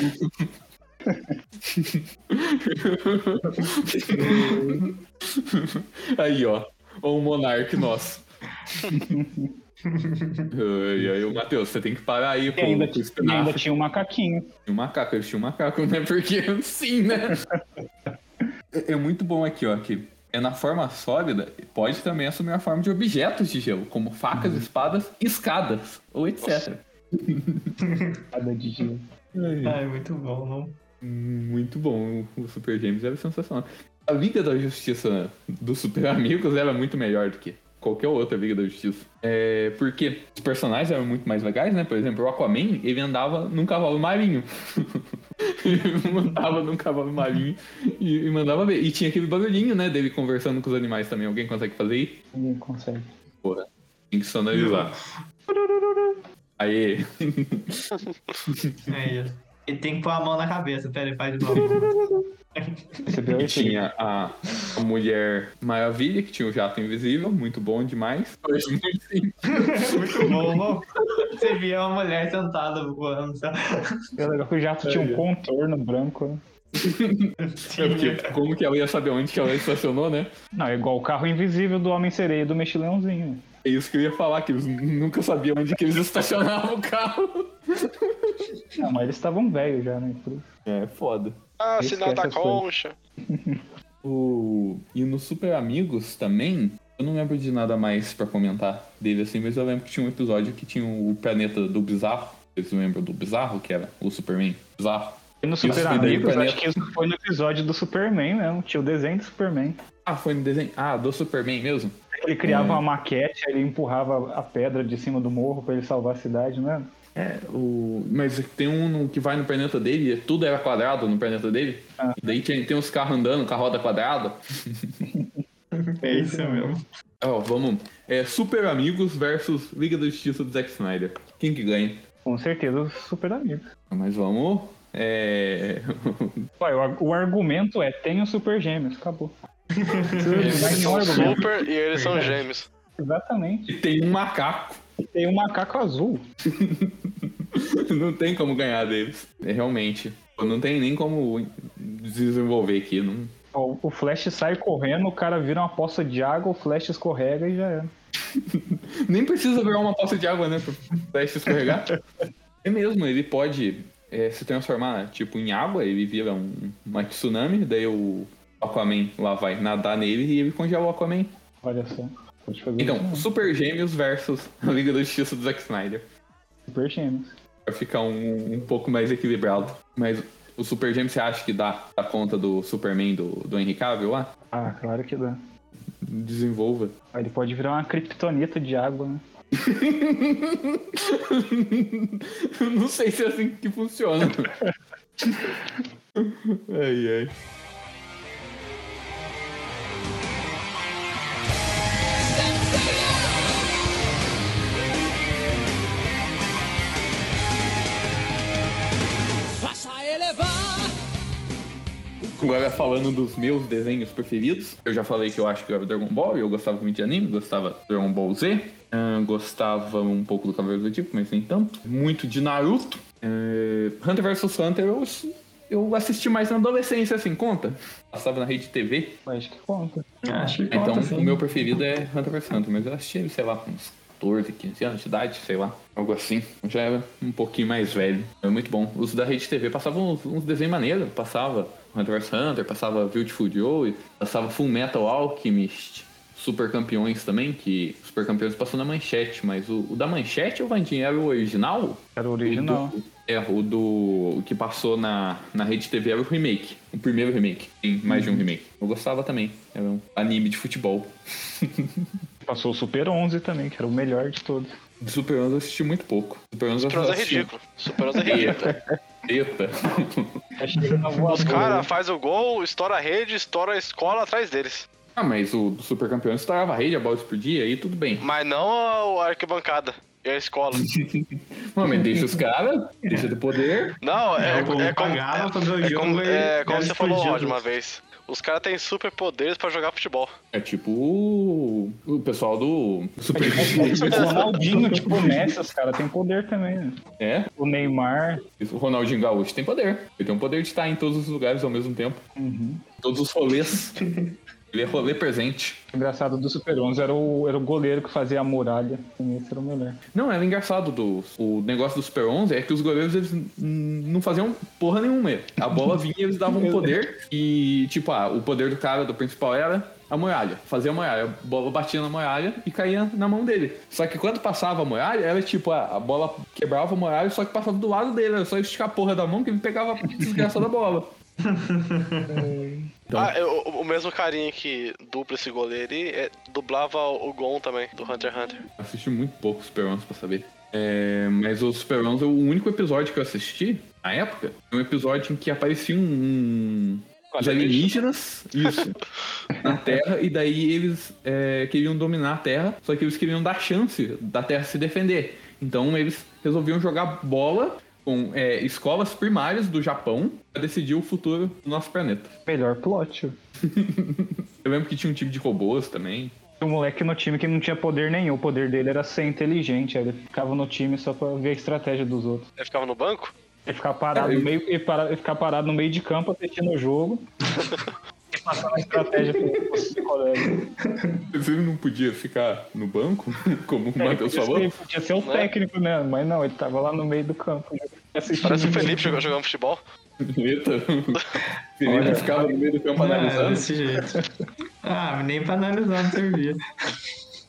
Aí, ó. Ou um monarca nosso. ai, ai, ô, Matheus, você tem que parar aí, pô. E ainda, com esse e ainda pedaço. tinha um macaquinho. Tinha um macaco, eu tinha um macaco, né? Porque sim, né? é é muito bom aqui, ó. Que é na forma sólida, pode também assumir a forma de objetos de gelo, como facas, espadas, escadas, ou etc. Cada de gelo. Ai, Ai, muito bom, não? Muito bom, o Super Gêmeos era sensacional. A Liga da Justiça dos Super Amigos era muito melhor do que qualquer outra Liga da Justiça. É, porque os personagens eram muito mais legais, né? Por exemplo, o Aquaman, ele andava num cavalo marinho. ele andava num cavalo marinho e, e mandava ver. E tinha aquele barulhinho, né? Dele conversando com os animais também. Alguém consegue fazer aí? Ninguém consegue. Porra, tem que sonorizar. Aê! É isso. Ele tem que pôr a mão na cabeça. Pera, ele faz de novo. Percebeu? E tinha a, a Mulher Maravilha, que tinha o Jato Invisível, muito bom demais. Foi muito sim. muito bom, não? Você via uma mulher sentada voando, sabe? É legal que o jato tinha um contorno branco. né? É porque como que ela ia saber onde que ela estacionou, né? Não, é igual o carro invisível do Homem-Sereia e do Mexilhãozinho. né? É isso que eu ia falar, que eles nunca sabiam onde que eles estacionavam o carro. Não, mas eles estavam velhos já, né? Por isso. É foda. Ah, Esquece sinal da essas concha. O... E no Super Amigos também, eu não lembro de nada mais pra comentar dele assim, mas eu lembro que tinha um episódio que tinha o planeta do Bizarro. Vocês lembram do Bizarro, que era o Superman? Bizarro. E no Isso, Super e daí Amigos, pra acho que isso foi no episódio do Superman mesmo. Tinha o desenho do Superman. Ah, foi no desenho? Ah, do Superman mesmo? Ele criava É. uma maquete, ele empurrava a pedra de cima do morro pra ele salvar a cidade, né? É, o... mas tem um no- que vai no planeta dele, e tudo era quadrado no planeta dele. Ah. E daí tem, tem uns carros andando com a roda quadrada. É isso mesmo. Ó, vamos. É Super Amigos versus Liga da Justiça do Zack Snyder. Quem que ganha? Ah, Com certeza, os Super Amigos. Mas vamos. É. Ué, o, ar- o argumento é: tem os Super Gêmeos, acabou. Eles Mas não são é argumento. super e eles são gêmeos. Exatamente. e tem um macaco. Tem um macaco azul. Não tem como ganhar deles. É, realmente. Não tem nem como desenvolver aqui. Não... Ó, O Flash sai correndo, o cara vira uma poça de água, o Flash escorrega e já era. Nem precisa virar uma poça de água, né? Pro Flash escorregar. é mesmo, ele pode é, se transformar, tipo, em água, ele vira um, uma tsunami, daí o Aquaman lá vai nadar nele e ele congela o Aquaman. Olha só. Pode fazer isso Então, mesmo. Super Gêmeos versus a Liga da Justiça do Zack Snyder. Super Gêmeos. Pra ficar um, um pouco mais equilibrado. Mas o Super Gêmeos, você acha que dá a conta do Superman do, do Henry Cavill lá? Ah, claro que dá. Desenvolva. Aí ele pode virar uma criptonita de água, né? Não sei se é assim que funciona. ai, ai. Thank Agora falando dos meus desenhos preferidos, eu já falei que eu acho que eu era Dragon Ball, eu gostava muito de anime, gostava de Dragon Ball Z, ahn, gostava um pouco do Cavaleiro do Tipo, mas nem tanto. Muito de Naruto. eh, Hunter vs Hunter eu, eu assisti mais na adolescência, assim, conta. Passava na rede TV. Acho que conta. Acho que Então, conta, sim. o meu preferido é Hunter vs Hunter, mas eu assisti ele, sei lá, com uns 14, 15 anos de idade, sei lá, algo assim. Eu Já era um pouquinho mais velho. É muito bom. Os da Rede TV passavam uns, uns desenhos maneiros. Passava Hunter vs Hunter, passava Beautiful Joe, passava Full Metal Alchemist, Super Campeões também, que Super Campeões passou na manchete, mas o, o da manchete, o Vandinho, era o original? Era o original. O do- é, o do. O que passou na, na rede TV era o remake. O primeiro remake. Tem mais de um remake. Eu gostava também. Era um anime de futebol. Passou o Super 11 também, que era o melhor de todos. De Super 11 eu assisti muito pouco. Super 11 Super 11 é ridículo. Super 11 é ridículo. Eita. Os caras fazem o gol, estoura a rede, estoura a escola atrás deles. Ah, mas o do Super Campeão estourava a rede a bola por dia aí tudo bem. Mas não a arquibancada e a escola. Não, mas deixa os caras, deixa do poder. Não, é, É, como é como, pagava pra ver o é, jogo como, e é como era você falou Rod, explodido. uma vez. Os caras têm superpoderes pra jogar futebol. É tipo o, o pessoal do Super O Tipo, Ronaldinho, tipo, o Messi, os caras têm poder também. né? É, O Neymar, o Ronaldinho Gaúcho tem poder. Ele tem o poder de estar em todos os lugares ao mesmo tempo. Todos os rolês. Ele é rolê presente. o engraçado do Super 11, era o, era o goleiro que fazia a muralha. Assim, esse era o melhor. Não, era engraçado do o negócio do Super 11 é que os goleiros eles n- não faziam porra nenhuma. A bola vinha e eles davam um poder e tipo, ah, o poder do cara do principal era a muralha, fazia a muralha, a bola batia na muralha e caía na mão dele. Só que quando passava a muralha, era tipo, ah, a bola quebrava a muralha, só que passava do lado dele, era só esticar a porra da mão que ele pegava a desgraçada bola. Então- Ah, eu- o, o mesmo carinha que dupla esse goleiro e é, dublava o, o Gon também, do Hunter x Hunter. Assisti muito pouco Super 11 pra saber. É, mas o Super 11, o único episódio que eu assisti, na época, é um episódio em que aparecia um... um- Os alienígenas, isso, na Terra, e daí eles é, queriam dominar a Terra, só que eles queriam dar chance da Terra se defender. Então eles resolviam jogar bola com é, escolas primárias do Japão pra decidir o futuro do nosso planeta. Melhor plot. viu? Eu lembro que tinha um time de robôs também. Tinha um moleque no time que não tinha poder nenhum. O poder dele era ser inteligente. aí Ele ficava no time só pra ver a estratégia dos outros. Ele ficava no banco? Ele ficava parado, Cara, É, eu- no meio, ele para- ele ficava parado no meio de campo assistindo o jogo. e passando a estratégia pro pro colega. Ele não podia ficar no banco, como o Ele Matheus podia, falou. ser, podia ser o Né? técnico, né? Mas não, ele tava lá no meio do campo. assistindo. Parece Uhum. o Felipe jogando, jogando futebol. Eita. Felipe ficava no meio do campo Não, era analisando. desse jeito. Ah, nem pra analisar não servia.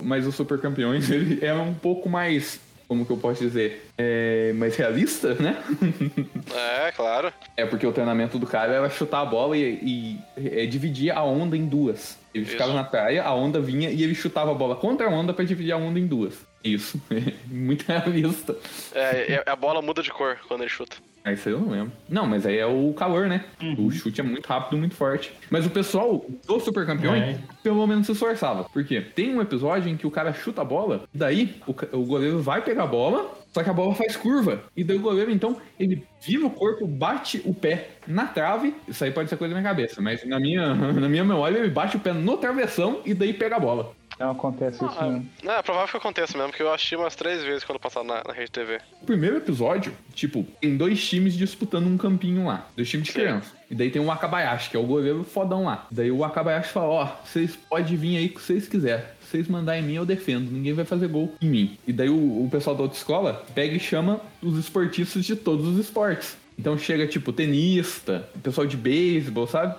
Mas o Super Campeões, ele era um pouco mais, como que eu posso dizer, é, mais realista, né? É, claro. É porque o treinamento do cara era chutar a bola e, e, é, dividir a onda em duas. Ele Isso. ficava na praia, a onda vinha e ele chutava a bola contra a onda pra dividir a onda em duas. Isso, é muito realista. É, e a- a bola muda de cor quando ele chuta. Ah, isso aí eu não lembro. Não, mas aí é o calor, né? O chute é muito rápido, muito forte. Mas o pessoal do Super Campeões, É. pelo menos se esforçava. Por quê? Tem um episódio em que o cara chuta a bola, daí o, ca- o goleiro vai pegar a bola, só que a bola faz curva. E daí o goleiro, então, ele vira o corpo, bate o pé na trave. Isso aí pode ser coisa da minha cabeça, mas na minha, na minha memória ele bate o pé no travessão e daí pega a bola. Não acontece isso, não. Não, é provável que aconteça mesmo, porque eu assisti umas três vezes quando passava na, na rede TV. O primeiro episódio, tipo, tem dois times disputando um campinho lá. Dois times de criança. E daí tem o Akabayashi, que é o goleiro fodão lá. Daí o Akabayashi fala, ó, vocês podem vir aí que vocês quiserem. Se vocês mandarem em mim, eu defendo. Ninguém vai fazer gol em mim. E daí o, o pessoal da outra escola pega e chama os esportistas de todos os esportes. Então chega, tipo, tenista, pessoal de beisebol, sabe?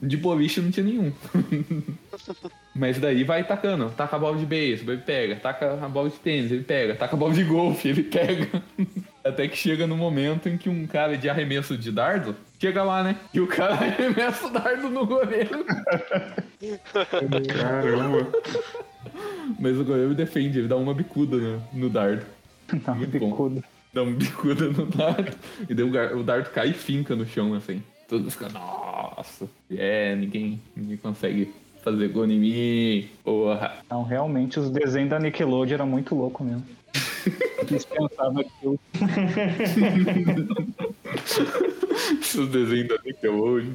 De boliche não tinha nenhum. Mas daí vai tacando. Taca a bola de beisebol, ele pega. Taca a bola de tênis, ele pega. Taca a bola de golfe, ele pega. Até que chega no momento em que um cara de arremesso de dardo chega lá, né? E o cara arremessa o dardo no goleiro. Caramba. Mas o goleiro defende, ele dá uma bicuda no, no dardo. Não, Muito é bom. bicudo. Dá uma bicuda no dardo. E daí o, gar- o dardo cai e finca no chão, assim. Todos ficam, nossa. É, ninguém, ninguém consegue fazer gol em mim. Porra. Não, Então, realmente, os desenhos da Nickelodeon eram muito louco mesmo. Eles pensavam aquilo. Esses desenhos da Nick Eu hoje.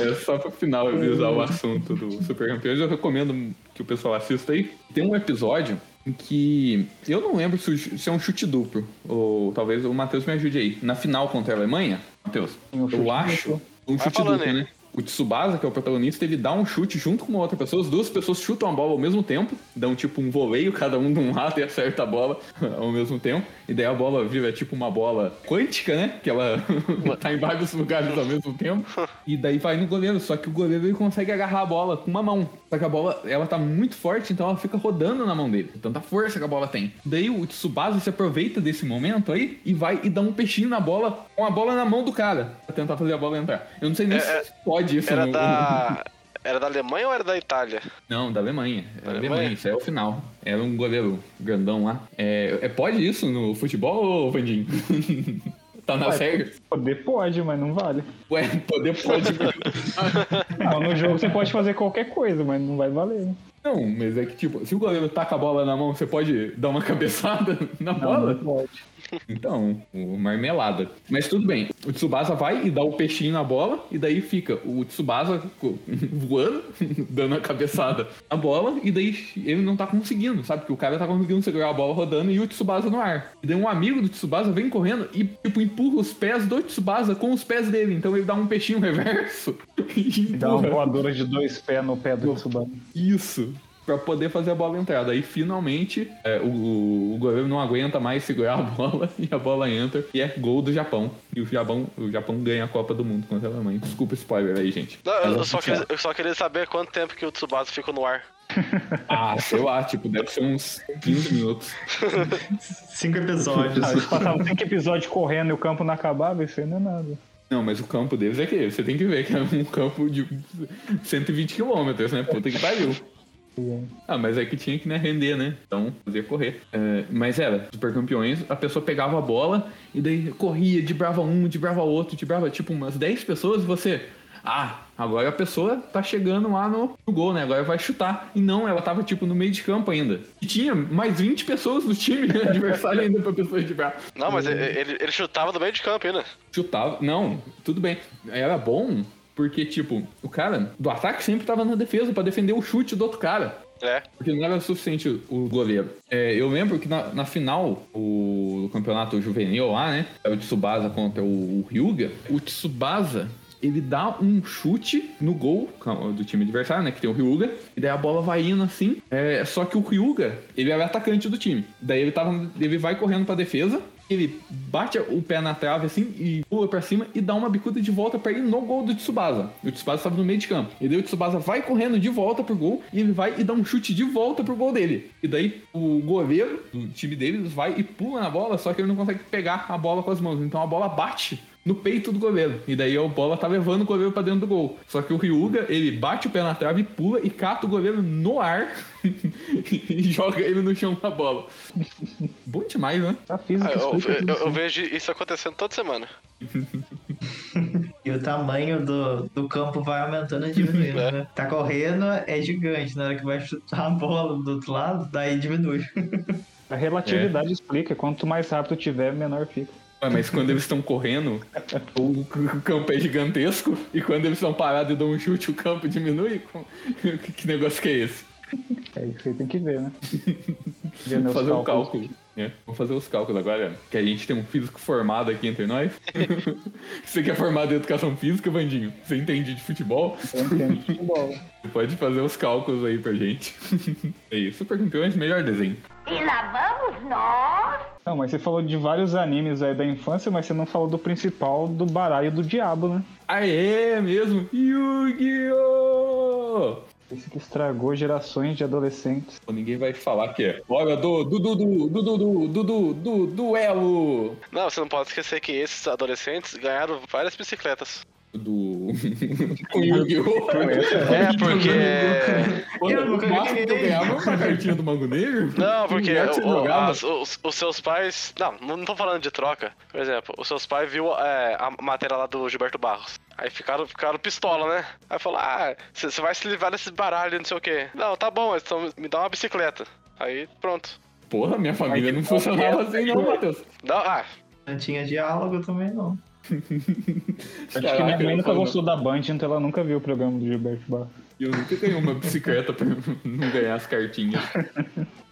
É só pro final avisar o assunto do Super Campeões. Eu recomendo que o pessoal assista aí. Tem um episódio em que. Eu não lembro se, o- se é um chute duplo. Ou talvez o Matheus me ajude aí. Na final contra a Alemanha, Matheus, Tem um chute eu acho. duplo. Um Vai chute falando duplo, aí. né? O Tsubasa, que é o protagonista, ele dá um chute junto com uma outra pessoa. As duas pessoas chutam a bola ao mesmo tempo, dão tipo um voleio, cada um de um lado e acerta a bola ao mesmo tempo. E daí a bola vira tipo uma bola quântica, né? Que ela tá em vários lugares ao mesmo tempo. E daí vai no goleiro, só que o goleiro ele consegue agarrar a bola com uma mão. Só que a bola, ela tá muito forte, então ela fica rodando na mão dele. Tanta força que a bola tem. Daí o Tsubasa se aproveita desse momento aí e vai e dá um peixinho na bola, com a bola na mão do cara, pra tentar fazer a bola entrar. Eu não sei nem É, se é- pode isso. né? Era no- da. Era da Alemanha ou era da Itália? Não, da Alemanha. Da Alemanha. Alemanha? isso é o final. Era um goleiro grandão lá. É, é- pode isso no futebol, ô Vandinho? tá na série? Poder pode, mas não vale. Ué, poder pode. Não, no jogo você pode fazer qualquer coisa, mas não vai valer. né? Não, mas é que, tipo, se o goleiro taca a bola na mão, você pode dar uma cabeçada na Não, bola? não pode. Então, o marmelada. Mas tudo bem, o Tsubasa vai e dá o peixinho na bola, e daí fica o Tsubasa co- voando, dando a cabeçada na bola, e daí ele não tá conseguindo, sabe? Que o cara tá conseguindo segurar a bola rodando e o Tsubasa no ar. E daí um amigo do Tsubasa vem correndo e, tipo, empurra os pés do Tsubasa com os pés dele. Então ele dá um peixinho reverso e Dá um uma empurra. voadora de dois pés no pé do Tsubasa. Isso. Pra poder fazer a bola entrar. Daí, finalmente, é, o, o goleiro não aguenta mais segurar a bola e a bola entra. E é gol do Japão. E o Japão, o Japão ganha a Copa do Mundo contra a Alemanha. Desculpa o spoiler aí, gente. Não, eu, Mas é só oficial. queria, eu só queria saber quanto tempo que o Tsubasa ficou no ar. Ah, sei lá, tipo, deve ser uns 15 minutos. Cinco episódios. Ah, eles passavam cinco episódios correndo e o campo não acabava, isso aí não é nada. Não, mas o campo deles é que você tem que ver que é um campo de 120 quilômetros, né? Puta que pariu. Ah, mas é que tinha que né, render, né? Então, fazia correr. É, mas era, super campeões, a pessoa pegava a bola e daí corria, debrava um, debrava outro, debrava tipo umas 10 pessoas e você. Ah, agora a pessoa tá chegando lá no, no gol, né? Agora vai chutar. E não, ela tava tipo no meio de campo ainda. E tinha mais 20 pessoas do time né, adversário ainda pra pessoa debrar. Não, mas ele, ele- ele chutava do meio de campo ainda. Chutava. Não, tudo bem. Era bom porque, tipo, o cara do ataque sempre tava na defesa pra defender o chute do outro cara. É. Porque não era suficiente o- o goleiro. É, eu lembro que na, na final o, do campeonato juvenil lá, né? É o Tsubasa contra o, o Ryuga. O Tsubasa, ele dá um chute no gol do time adversário, né? Que tem o Ryuga. E daí a bola vai indo assim. É, só que o Ryuga, ele era atacante do time. Daí ele, tava, ele vai correndo pra defesa. Ele bate o pé na trave assim e pula pra cima e dá uma bicuda de volta pra ele no gol do Tsubasa. E o Tsubasa tava no meio de campo. E daí o Tsubasa vai correndo de volta pro gol e ele vai e dá um chute de volta pro gol dele. E daí o goleiro do time deles vai e pula na bola, só que ele não consegue pegar a bola com as mãos. Então a bola bate no peito do goleiro. E daí o bola tá levando o goleiro pra dentro do gol. Só que o Ryuga, ele bate o pé na trave, pula e cata o goleiro no ar e joga ele no chão com a bola. Bom demais, né? Tá física, Ah, Eu, explica eu- tudo eu isso. vejo isso acontecendo toda semana. E o tamanho do, do campo vai aumentando e diminuindo, né? Tá correndo, é gigante. Na hora que vai chutar a bola do outro lado, daí diminui. A relatividade explica, quanto mais rápido tiver, menor fica. Ué, Ah, mas quando eles estão correndo, o c- o campo é gigantesco, e quando eles estão parados e dão um chute, o campo diminui? Com- Que que negócio que é esse? É isso aí tem que ver, né? Ver Vamos meus fazer o cálculos. cálculo. né? Vamos fazer os cálculos agora, que a gente tem um físico formado aqui entre nós. Você que é formado em educação física, Bandinho? Você entende de futebol? Eu entendo de futebol. Pode fazer os cálculos aí pra gente. É isso, Super Campeões, melhor desenho. E lá vamos nós. Não, mas você falou de vários animes aí da infância, mas você não falou do principal, do baralho do diabo, né? Aê, mesmo? Yu-Gi-Oh! Esse que estragou gerações de adolescentes. Pô, Ninguém vai falar que é. Olha, do, do, do, do, do, do, do, do, do, duelo! Não, você não pode esquecer que esses adolescentes ganharam várias bicicletas. Do. Com Yu-Gi-Oh! É, tipo, porque. Olha, Eu nunca o máximo que eu ganhei. ganhava era uma cartinha do Mango Negro. Não, porque Como é que você o- o- jogava? as- os, os seus pais. Não, não tô falando de troca. Por exemplo, os seus pais viu é, a matéria lá do Gilberto Barros. Aí ficaram, ficaram pistola, né? Aí falou: ah, você vai se livrar desse baralho, não sei o quê. Não, tá bom, então me dá uma bicicleta. Aí pronto. Porra, minha família não funcionava assim, não, Matheus. Não, ah, Não tinha diálogo também, não. Acho que minha mãe nunca gostou da Band, então ela nunca viu o programa do Gilberto Barros. Eu nunca ganhei uma bicicleta pra não ganhar as cartinhas.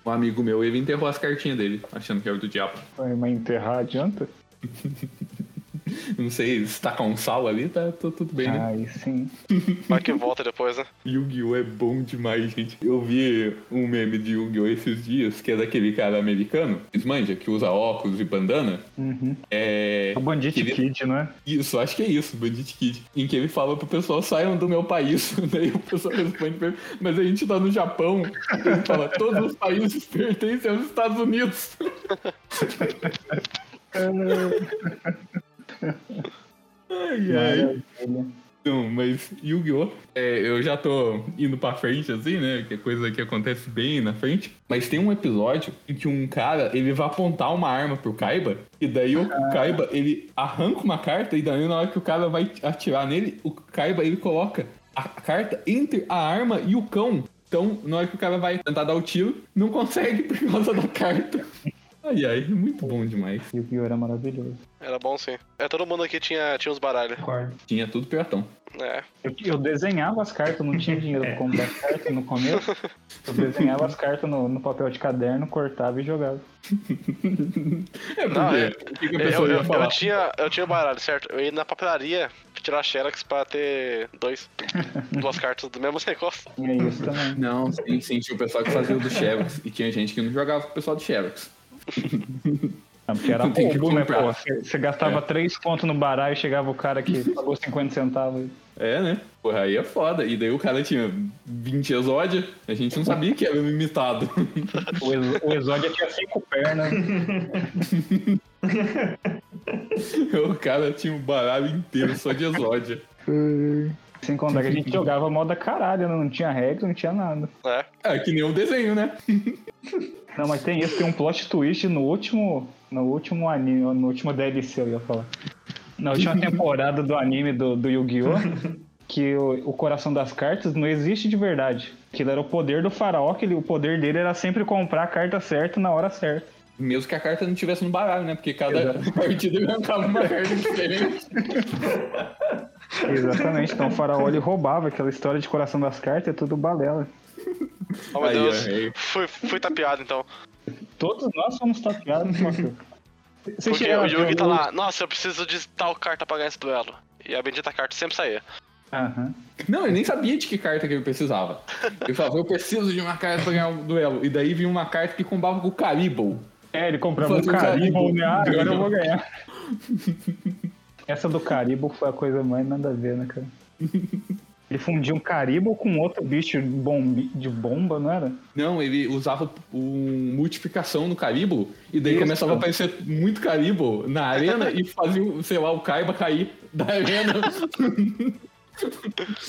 Um amigo meu, ele enterrou as cartinhas dele, achando que era do diabo. Vai mas enterrar, adianta? Não sei, se tacar um sal ali, tá tá tudo bem, né? Aí sim. Vai que volta depois, né? Yu-Gi-Oh! é bom demais, gente. Eu vi um meme de Yu-Gi-Oh! esses dias, que é daquele cara americano, Smanja, que usa óculos e bandana. Uhum. É. O Bandit Queria- Kid, né? Isso, acho que é isso, Bandit Kid. Em que ele fala pro pessoal, saiam do meu país. Daí o pessoal responde pra ele, mas a gente tá no Japão. Ele fala, todos os países pertencem aos Estados Unidos. É. ai, ai. Maravilha. Então, mas Yu-Gi-Oh! É, eu já tô indo pra frente, assim, né? Que é coisa que acontece bem na frente. Mas tem um episódio em que um cara, ele vai apontar uma arma pro Kaiba, e daí o Ah. Kaiba, ele arranca uma carta, e daí na hora que o cara vai atirar nele, o Kaiba, ele coloca a carta entre a arma e o cão. Então, na hora que o cara vai tentar dar o tiro, não consegue por causa da carta. Ai, ai, muito bom demais. E o Gil era maravilhoso. Era bom sim. É, todo mundo aqui tinha, tinha uns baralhos. Concordo. Tinha tudo piratão. É. Eu, eu desenhava as cartas, não tinha dinheiro pra comprar carta no começo. Eu desenhava as cartas no, no papel de caderno, cortava e jogava. É Não, é- porque, o que, que a Eu, pessoa eu- ia eu falar? tinha, eu tinha baralho, certo? Eu ia na papelaria tirar xerox pra ter dois, duas cartas do mesmo negócio. E é isso também. Não, sim, sim, tinha o pessoal que fazia o do Xerox. E tinha gente que não jogava com o pessoal do Xerox. Não, porque era Não tem que roubo, né, comprar. É. pô? Você você gastava três pontos no baralho e chegava o cara que pagou 50 centavos. É, né? Porra, aí é foda. E daí o cara tinha 20 exódia, a gente não sabia que era limitado. O, ex, o Exódia tinha cinco pernas. o cara tinha um baralho inteiro só de exódia. Sem contar que a gente jogava moda caralho, né? não tinha regra, não tinha nada. É. É que nem um desenho, né? Não, mas tem isso, tem um plot twist no último. No último anime, no último DLC eu ia falar. Na última temporada do anime do, do Yu-Gi-Oh! Que o, o coração das cartas não existe de verdade. Aquilo era o poder do faraó, que ele, o poder dele era sempre comprar a carta certa na hora certa. Mesmo que a carta não tivesse no baralho, né? Porque cada partida ele arrancava uma carta diferente. Exatamente. Então o faraó ele roubava aquela história de coração das cartas, é tudo balela. Oh, meu Aí, Deus. ó, aí. Fui, fui tapeado então. Todos nós somos tapeados, Marcos. Você Porque chegou a o ver Yugi tá lá, nossa, eu preciso de tal carta pra ganhar esse duelo. E a bendita carta sempre saía. Aham. Não, eu nem sabia de que carta que ele precisava. Ele falava, eu preciso de uma carta pra ganhar o duelo. E daí vinha uma carta que combava com o Caribou. É, ele comprava um Fazer um carimbo, carimbo. né? Ah, agora eu vou ganhar. Essa do carimbo foi a coisa mais nada a ver, né, cara? Ele fundia um carimbo com outro bicho bombi- de bomba, não era? Não, ele usava um multiplicação no Caribo, e daí Isso. começava a aparecer muito Caribo na arena e fazia, o, sei lá, o Kaiba cair da arena.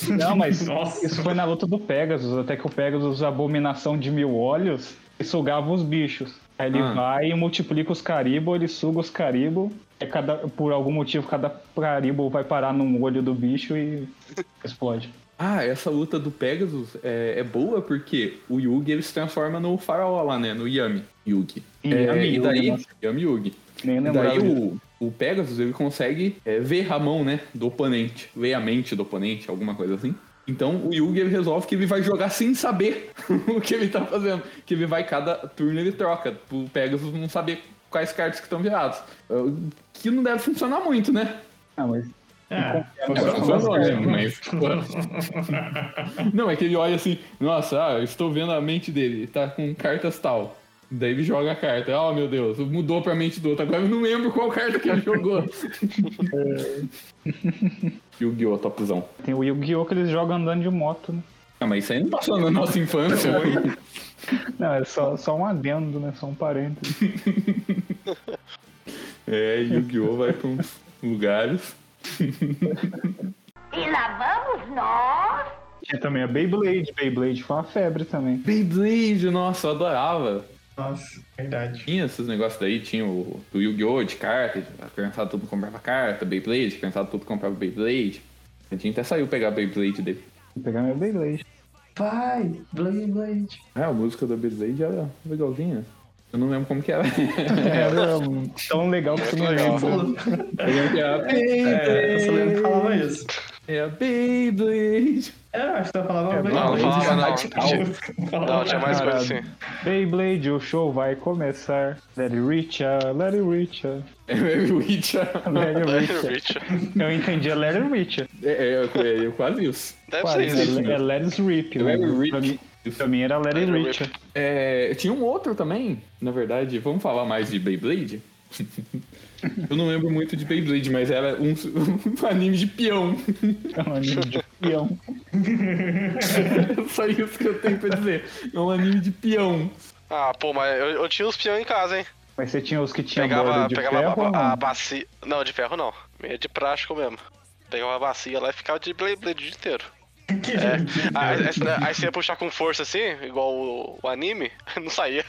Não, mas Nossa. isso foi na luta do Pegasus, até que o Pegasus, a abominação de mil olhos, e sugava os bichos. Aí ele Ah. vai e multiplica os caribo, ele suga os caribo, é cada, por algum motivo cada caribo vai parar num olho do bicho e explode. ah, essa luta do Pegasus é, é boa porque o Yugi ele se transforma no faraó lá, né? No Yami. Yugi. Yami é, e Yugi, daí, nossa. Yami Yugi. Nem E lembrava daí disso. o, o Pegasus ele consegue é, ver a mão, né? Do oponente. Ver a mente do oponente, alguma coisa assim. Então o Yugi ele resolve que ele vai jogar sem saber o que ele tá fazendo. Que ele vai, cada turno ele troca. O Pegasus não saber quais cartas que estão viradas. É, o Que não deve funcionar muito, né? Ah, mas É, um Funcionou, né? Mas, pô. não, é que ele olha assim, nossa, ah, eu estou vendo a mente dele, tá com cartas tal. Daí ele joga a carta. Oh meu Deus, mudou pra mente do outro. Agora eu não lembro qual carta que ele jogou. É. Yu-Gi-Oh! Topzão. Tem o Yu-Gi-Oh! que eles jogam andando de moto, né? Ah, mas isso aí não passou na nossa infância. né? Não, é só, só um adendo, né? Só um parênteses. é, Yu-Gi-Oh! vai pra uns lugares. E lá vamos nós. Tinha também a Beyblade. Beyblade foi uma febre também. Beyblade, nossa, eu adorava. nossa, verdade. Tinha esses negócios daí, tinha o do Yu-Gi-Oh! de carta, a criançada tudo comprava carta, Beyblade, a criançada tudo comprava Beyblade. A gente até saiu pegar Beyblade dele. Vou pegar minha Beyblade. Vai, Blade, Blade. É, a música da Beyblade era legalzinha. Se Eu não lembro como que era. Era tão legal que você não é Legal. lembra. Eu lembro que era, É, eu só lembro que falava isso. era Beyblade. É, eu acho que eu falava bem. não, inglês, falava não. eu falava Não, tinha mais coisa assim. Caralho. Beyblade, o show vai começar. Let it reach, ah, let it reach, ah, É o É, Witcher. let it Deve reach. ah. Eu entendi, é let it reach. ah. É, é, é, é quase isso. ser Quase, isso. é, é let it rip. Let it rip. Pra mim, pra mim era let it Let it reach. rip. ah. É, tinha um outro também, na verdade. Vamos falar mais de Beyblade? Eu não lembro muito de Beyblade, mas era um, um anime de peão. É um anime de peão. É só isso que eu tenho pra dizer. É um anime de peão. Ah, pô, mas eu, eu tinha os peão em casa, hein? Mas você tinha os que tinha Pegava, borda de pegava ferro a, ou ba- a não? bacia. Não, de ferro não. Meia de prático mesmo. Pegava a bacia lá e ficava de blade, blade o dia inteiro. É, aí, aí- aí você ia puxar com força assim, igual o, o anime, não saía.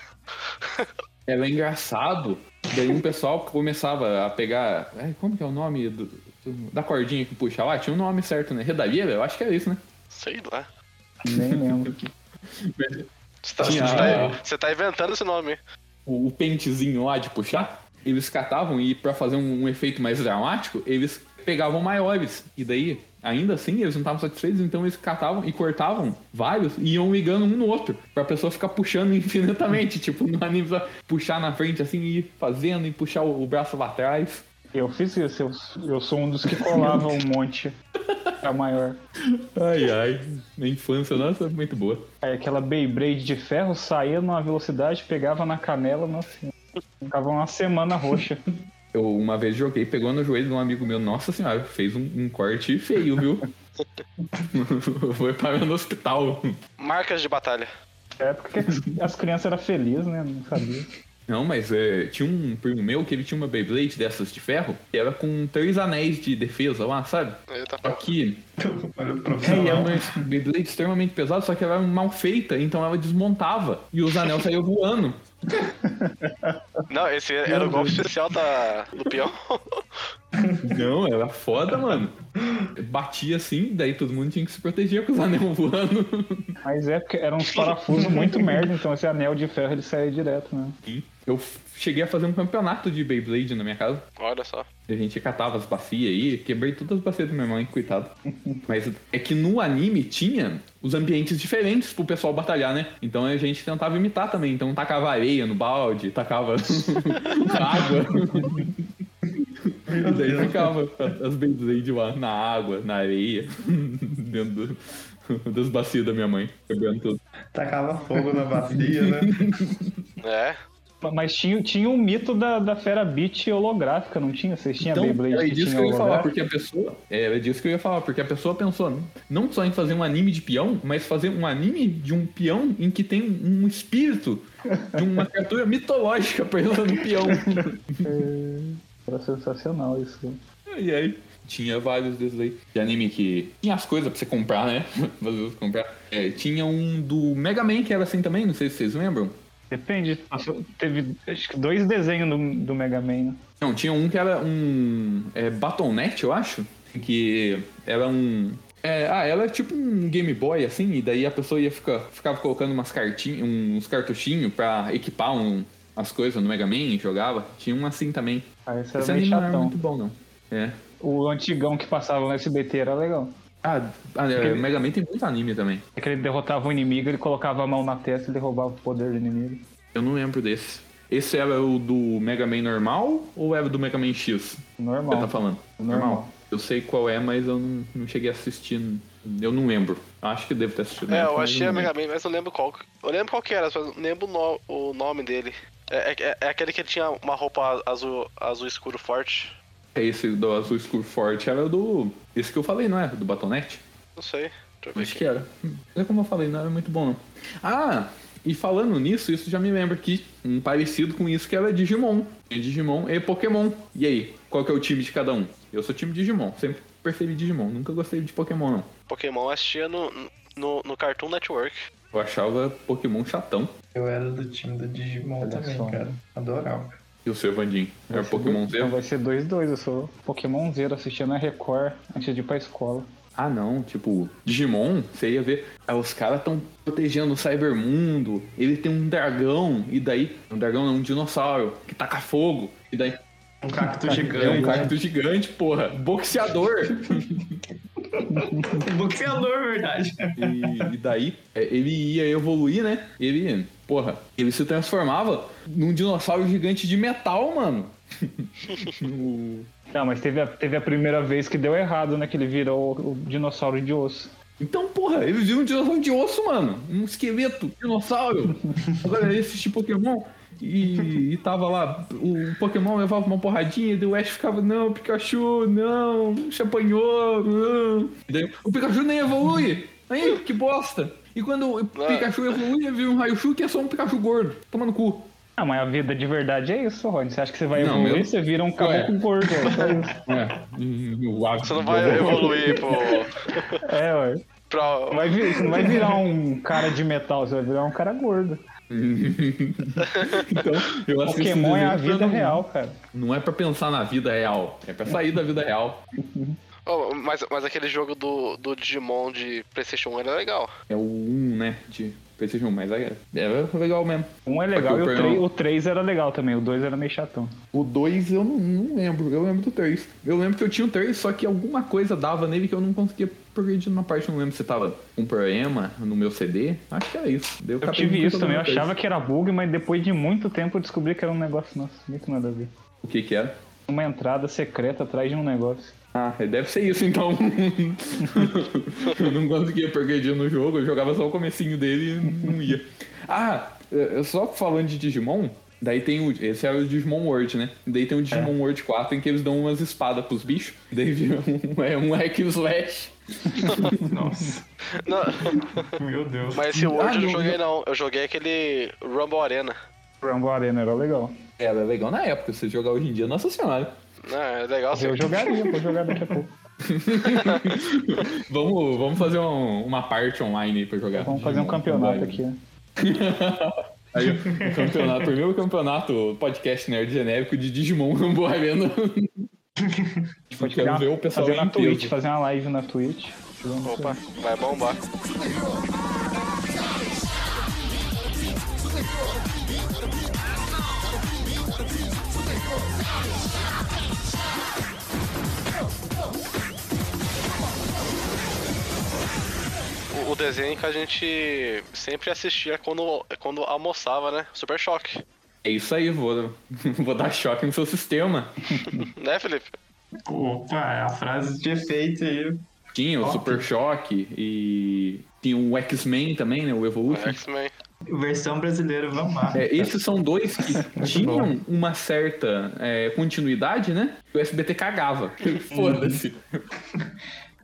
Era É engraçado. Daí um pessoal começava a pegar. ai, como que é o nome do- do- da cordinha que puxa lá? Tinha um nome certo, né? Redaviera? Eu acho que era isso, né? Sei lá. Nem lembro. Você tá, Tinha- você tá- você tá inventando esse nome. hein? o, o pentezinho lá de puxar, eles catavam e pra fazer um, um efeito mais dramático, eles pegavam maiores. E daí, ainda assim, eles não estavam satisfeitos, então eles catavam e cortavam vários e iam ligando um no outro, pra pessoa ficar puxando infinitamente. tipo, no anime, só puxar na frente assim e ir fazendo e puxar o, o braço lá atrás. Eu fiz isso, eu, eu sou um dos que colava um monte. A maior. Ai, ai. Minha infância, nossa, muito boa. Aí aquela Beyblade de ferro saía numa velocidade, pegava na canela, nossa. Ficava uma semana roxa. Eu uma vez joguei, pegou no joelho de um amigo meu, nossa senhora, fez um, um corte feio, viu? Foi parar no hospital. Marcas de batalha. É porque as crianças eram felizes, né? Não sabia. Não, mas é, tinha um primo meu que ele tinha uma Beyblade dessas de ferro, que era com três anéis de defesa lá, sabe? Eita. Só que Olha o ela era profissional. uma Beyblade extremamente pesada, só que ela era mal feita, então ela desmontava e os anéis saíam voando. Não, esse era o golpe especial da, do peão. Não, era foda, mano. Batia assim, daí todo mundo tinha que se proteger com os anéis voando. Mas é porque era uns parafusos muito merda, então esse anel de ferro ele saía direto, né? Eu cheguei a fazer um campeonato de Beyblade na minha casa. Olha só. A gente catava as bacias aí, quebrei todas as bacias do meu irmão, hein, coitado. Mas é que no anime tinha os ambientes diferentes pro pessoal batalhar, né? Então a gente tentava imitar também. Então tacava areia no balde, tacava água. E daí ficava as Beyblade lá na água, na areia, dentro do- das bacias da minha mãe, quebrando tudo. Tacava fogo na bacia, né? É. Mas tinha, tinha um mito da, da fera beat holográfica, não tinha? Vocês tinham era Beyblade que Então, é disso tinha que eu ia falar, holográfica? porque a pessoa. É, era disso que eu ia falar, porque a pessoa pensou não só em fazer um anime de peão, mas fazer um anime de um peão em que tem um espírito de uma criatura mitológica presa no peão. É, Era sensacional isso. e aí? Tinha vários desses aí. De anime que. Tinha as coisas pra você comprar, né? Pra você comprar. É, tinha um do Mega Man que era assim também, não sei se vocês lembram. Depende. passou- Teve acho que dois desenhos do, do Mega Man. né? Não, tinha um que era um. É, Battle.net, eu acho. Que era um. É, ah, ela é tipo um Game Boy, assim, e daí a pessoa ia ficar, ficava colocando umas cartinhas, uns cartuchinhos pra equipar um, as coisas no Mega Man, jogava. Tinha um assim também. Ah, esse era Esse meio anime não era chatão. muito bom, não. É. O antigão que passava no SBT era legal. Ah, ah, é, o Mega Man tem muito anime também. É que ele derrotava o inimigo, ele colocava a mão na testa e derrubava o poder do inimigo. Eu não lembro desse. Esse era o do Mega Man normal ou era o do Mega Man X? Você tá Normal. falando? Normal. Eu sei qual é, mas eu não, não cheguei a assistir. Eu não lembro. Acho que devo ter assistido. É, mas eu achei não a lembro. Mega Man, mas não lembro qual. que- Eu lembro qual que era, só não lembro o, no- o nome dele. É, é- é aquele que ele tinha uma roupa azul, azul escuro forte. É Esse do azul escuro forte era do. Esse que eu falei, não é? Do Batonete? Não sei. Deixa eu ver Acho aqui. que era. Mas é como eu falei, não era muito bom, não. Ah, e falando nisso, isso já me lembra que um parecido com isso que era Digimon. Tinha Digimon e Pokémon. E aí, qual que é o time de cada um? Eu sou time Digimon, sempre preferi Digimon, nunca gostei de Pokémon, não. Pokémon eu assistia no, no, no Cartoon Network. Eu achava Pokémon chatão. Eu era do time do Digimon Olha também, só. cara. Adorava. E o seu Vandinho? Era Pokémon Z? Então vai ser 2-2, eu sou Pokémon Zero assistindo a Record antes de ir pra escola. ah não, tipo, Digimon, você ia ver, ah, os caras estão protegendo o cybermundo, ele tem um dragão, e daí, um dragão não, um dinossauro, que taca fogo, e daí, Um cacto é um gigante. cacto gigante, porra, boxeador, Boxeador, verdade. E, e daí é, ele ia evoluir, né? Ele, porra, ele se transformava num dinossauro gigante de metal, mano. No- Não, mas teve a, teve a primeira vez que deu errado, né? Que ele virou o dinossauro de osso. Então, porra, ele vira um dinossauro de osso, mano. Um esqueleto, dinossauro. Agora ele assistia Pokémon e, e tava lá. O Pokémon levava uma porradinha e daí o Ash ficava, não, Pikachu, não, se apanhou, não. E daí, o Pikachu nem evolui. Aí, que bosta. E quando o Pikachu evolui, ele vira um Raichu que é só um Pikachu gordo. Toma no cu. Ah, mas a vida de verdade é isso, Rony. Você acha que você vai Não, evoluir? meu- Você vira um caboclo gordo. é só isso. Você não vai evoluir pro. É, ué. Não pra- vai vir- você não vai virar um cara de metal, você vai virar um cara gordo. então, eu assisto Pokémon é a desenho vida pra não- real, cara. Não é pra pensar na vida real, é pra sair da vida real. Oh, mas, mas aquele jogo do, do Digimon de PlayStation 1 era legal. É o 1, né? De PlayStation 1, mas é, é legal mesmo. Um é legal Aqui, e o o Pernão. três- o 3 era legal também, o 2 era meio chatão. O 2 eu não, não lembro, eu lembro do 3. Eu lembro que eu tinha o 3, só que alguma coisa dava nele que eu não conseguia progredir numa parte. Eu não lembro se tava um problema no meu CD. Acho que era isso. Daí Eu tive isso também, eu achava que era bug, mas depois de muito tempo eu descobri que era um negócio nosso, muito nada a ver. O que que era? Uma entrada secreta atrás de um negócio. Ah, deve ser isso então. eu não conseguia progredir no jogo, eu jogava só o comecinho dele e não ia. Ah, é, é só falando de Digimon, daí tem o. Esse era o Digimon World, né? Daí tem o Digimon World 4 em que eles dão umas espadas pros bichos. Daí vira um, é um hack and slash. Nossa, Não, meu Deus. mas esse World eu Ah, não, não joguei não. Eu joguei aquele Rumble Arena. Rumble Arena era legal. É, Era legal na época, se você jogar hoje em dia, nossa senhora. Ah, é legal sim. Eu jogaria, vou jogar daqui a pouco. Vamos, vamos fazer um- uma parte online aí pra jogar. Vamos fazer um Digimon campeonato online. aqui, né? Aí, o campeonato, o primeiro campeonato podcast nerd genérico de Digimon Rumble Arena. Pode Quero pegar- ver o pessoal fazer na em peso. Twitch, tá? fazer uma live na Twitch. Opa, vai bombar. O- O desenho que a gente sempre assistia quando, quando almoçava, né? Super choque. É isso aí, vou, vou dar choque no seu sistema. Né, Felipe? Opa, é a frase de efeito aí. Tinha o Choque. Super Choque e tinha o X-Men também, né? O Evolution. X-Men. Versão brasileira, vamos lá. É, esses são dois que tinham bom. uma certa é, continuidade, né? O SBT cagava. Foda-se.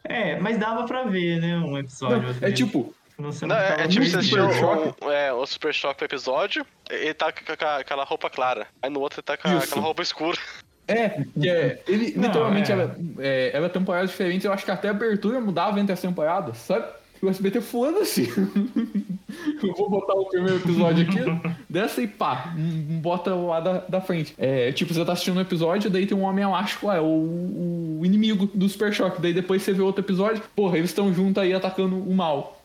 É, mas dava pra ver, né? Um episódio. Não, assim. é tipo, Não, você Não, não é, ficava é tipo você perdido. assistiu Choque. o, é, o Super Choque no episódio, ele tá com, com- com aquela roupa clara. Aí no outro ele tá com Isso. aquela roupa escura. É, que é, ele Não, literalmente é. Era, é, era temporada diferente, eu acho que até a abertura mudava entre as temporadas, sabe? O SBT foda-se. assim. Eu vou botar o primeiro episódio aqui, dessa e pá, um- um bota lá da, da frente. É, tipo, você tá assistindo um episódio, daí tem um homem elástico lá, é o, o inimigo do Super Choque. Daí depois você vê outro episódio, porra, eles estão juntos aí atacando o mal.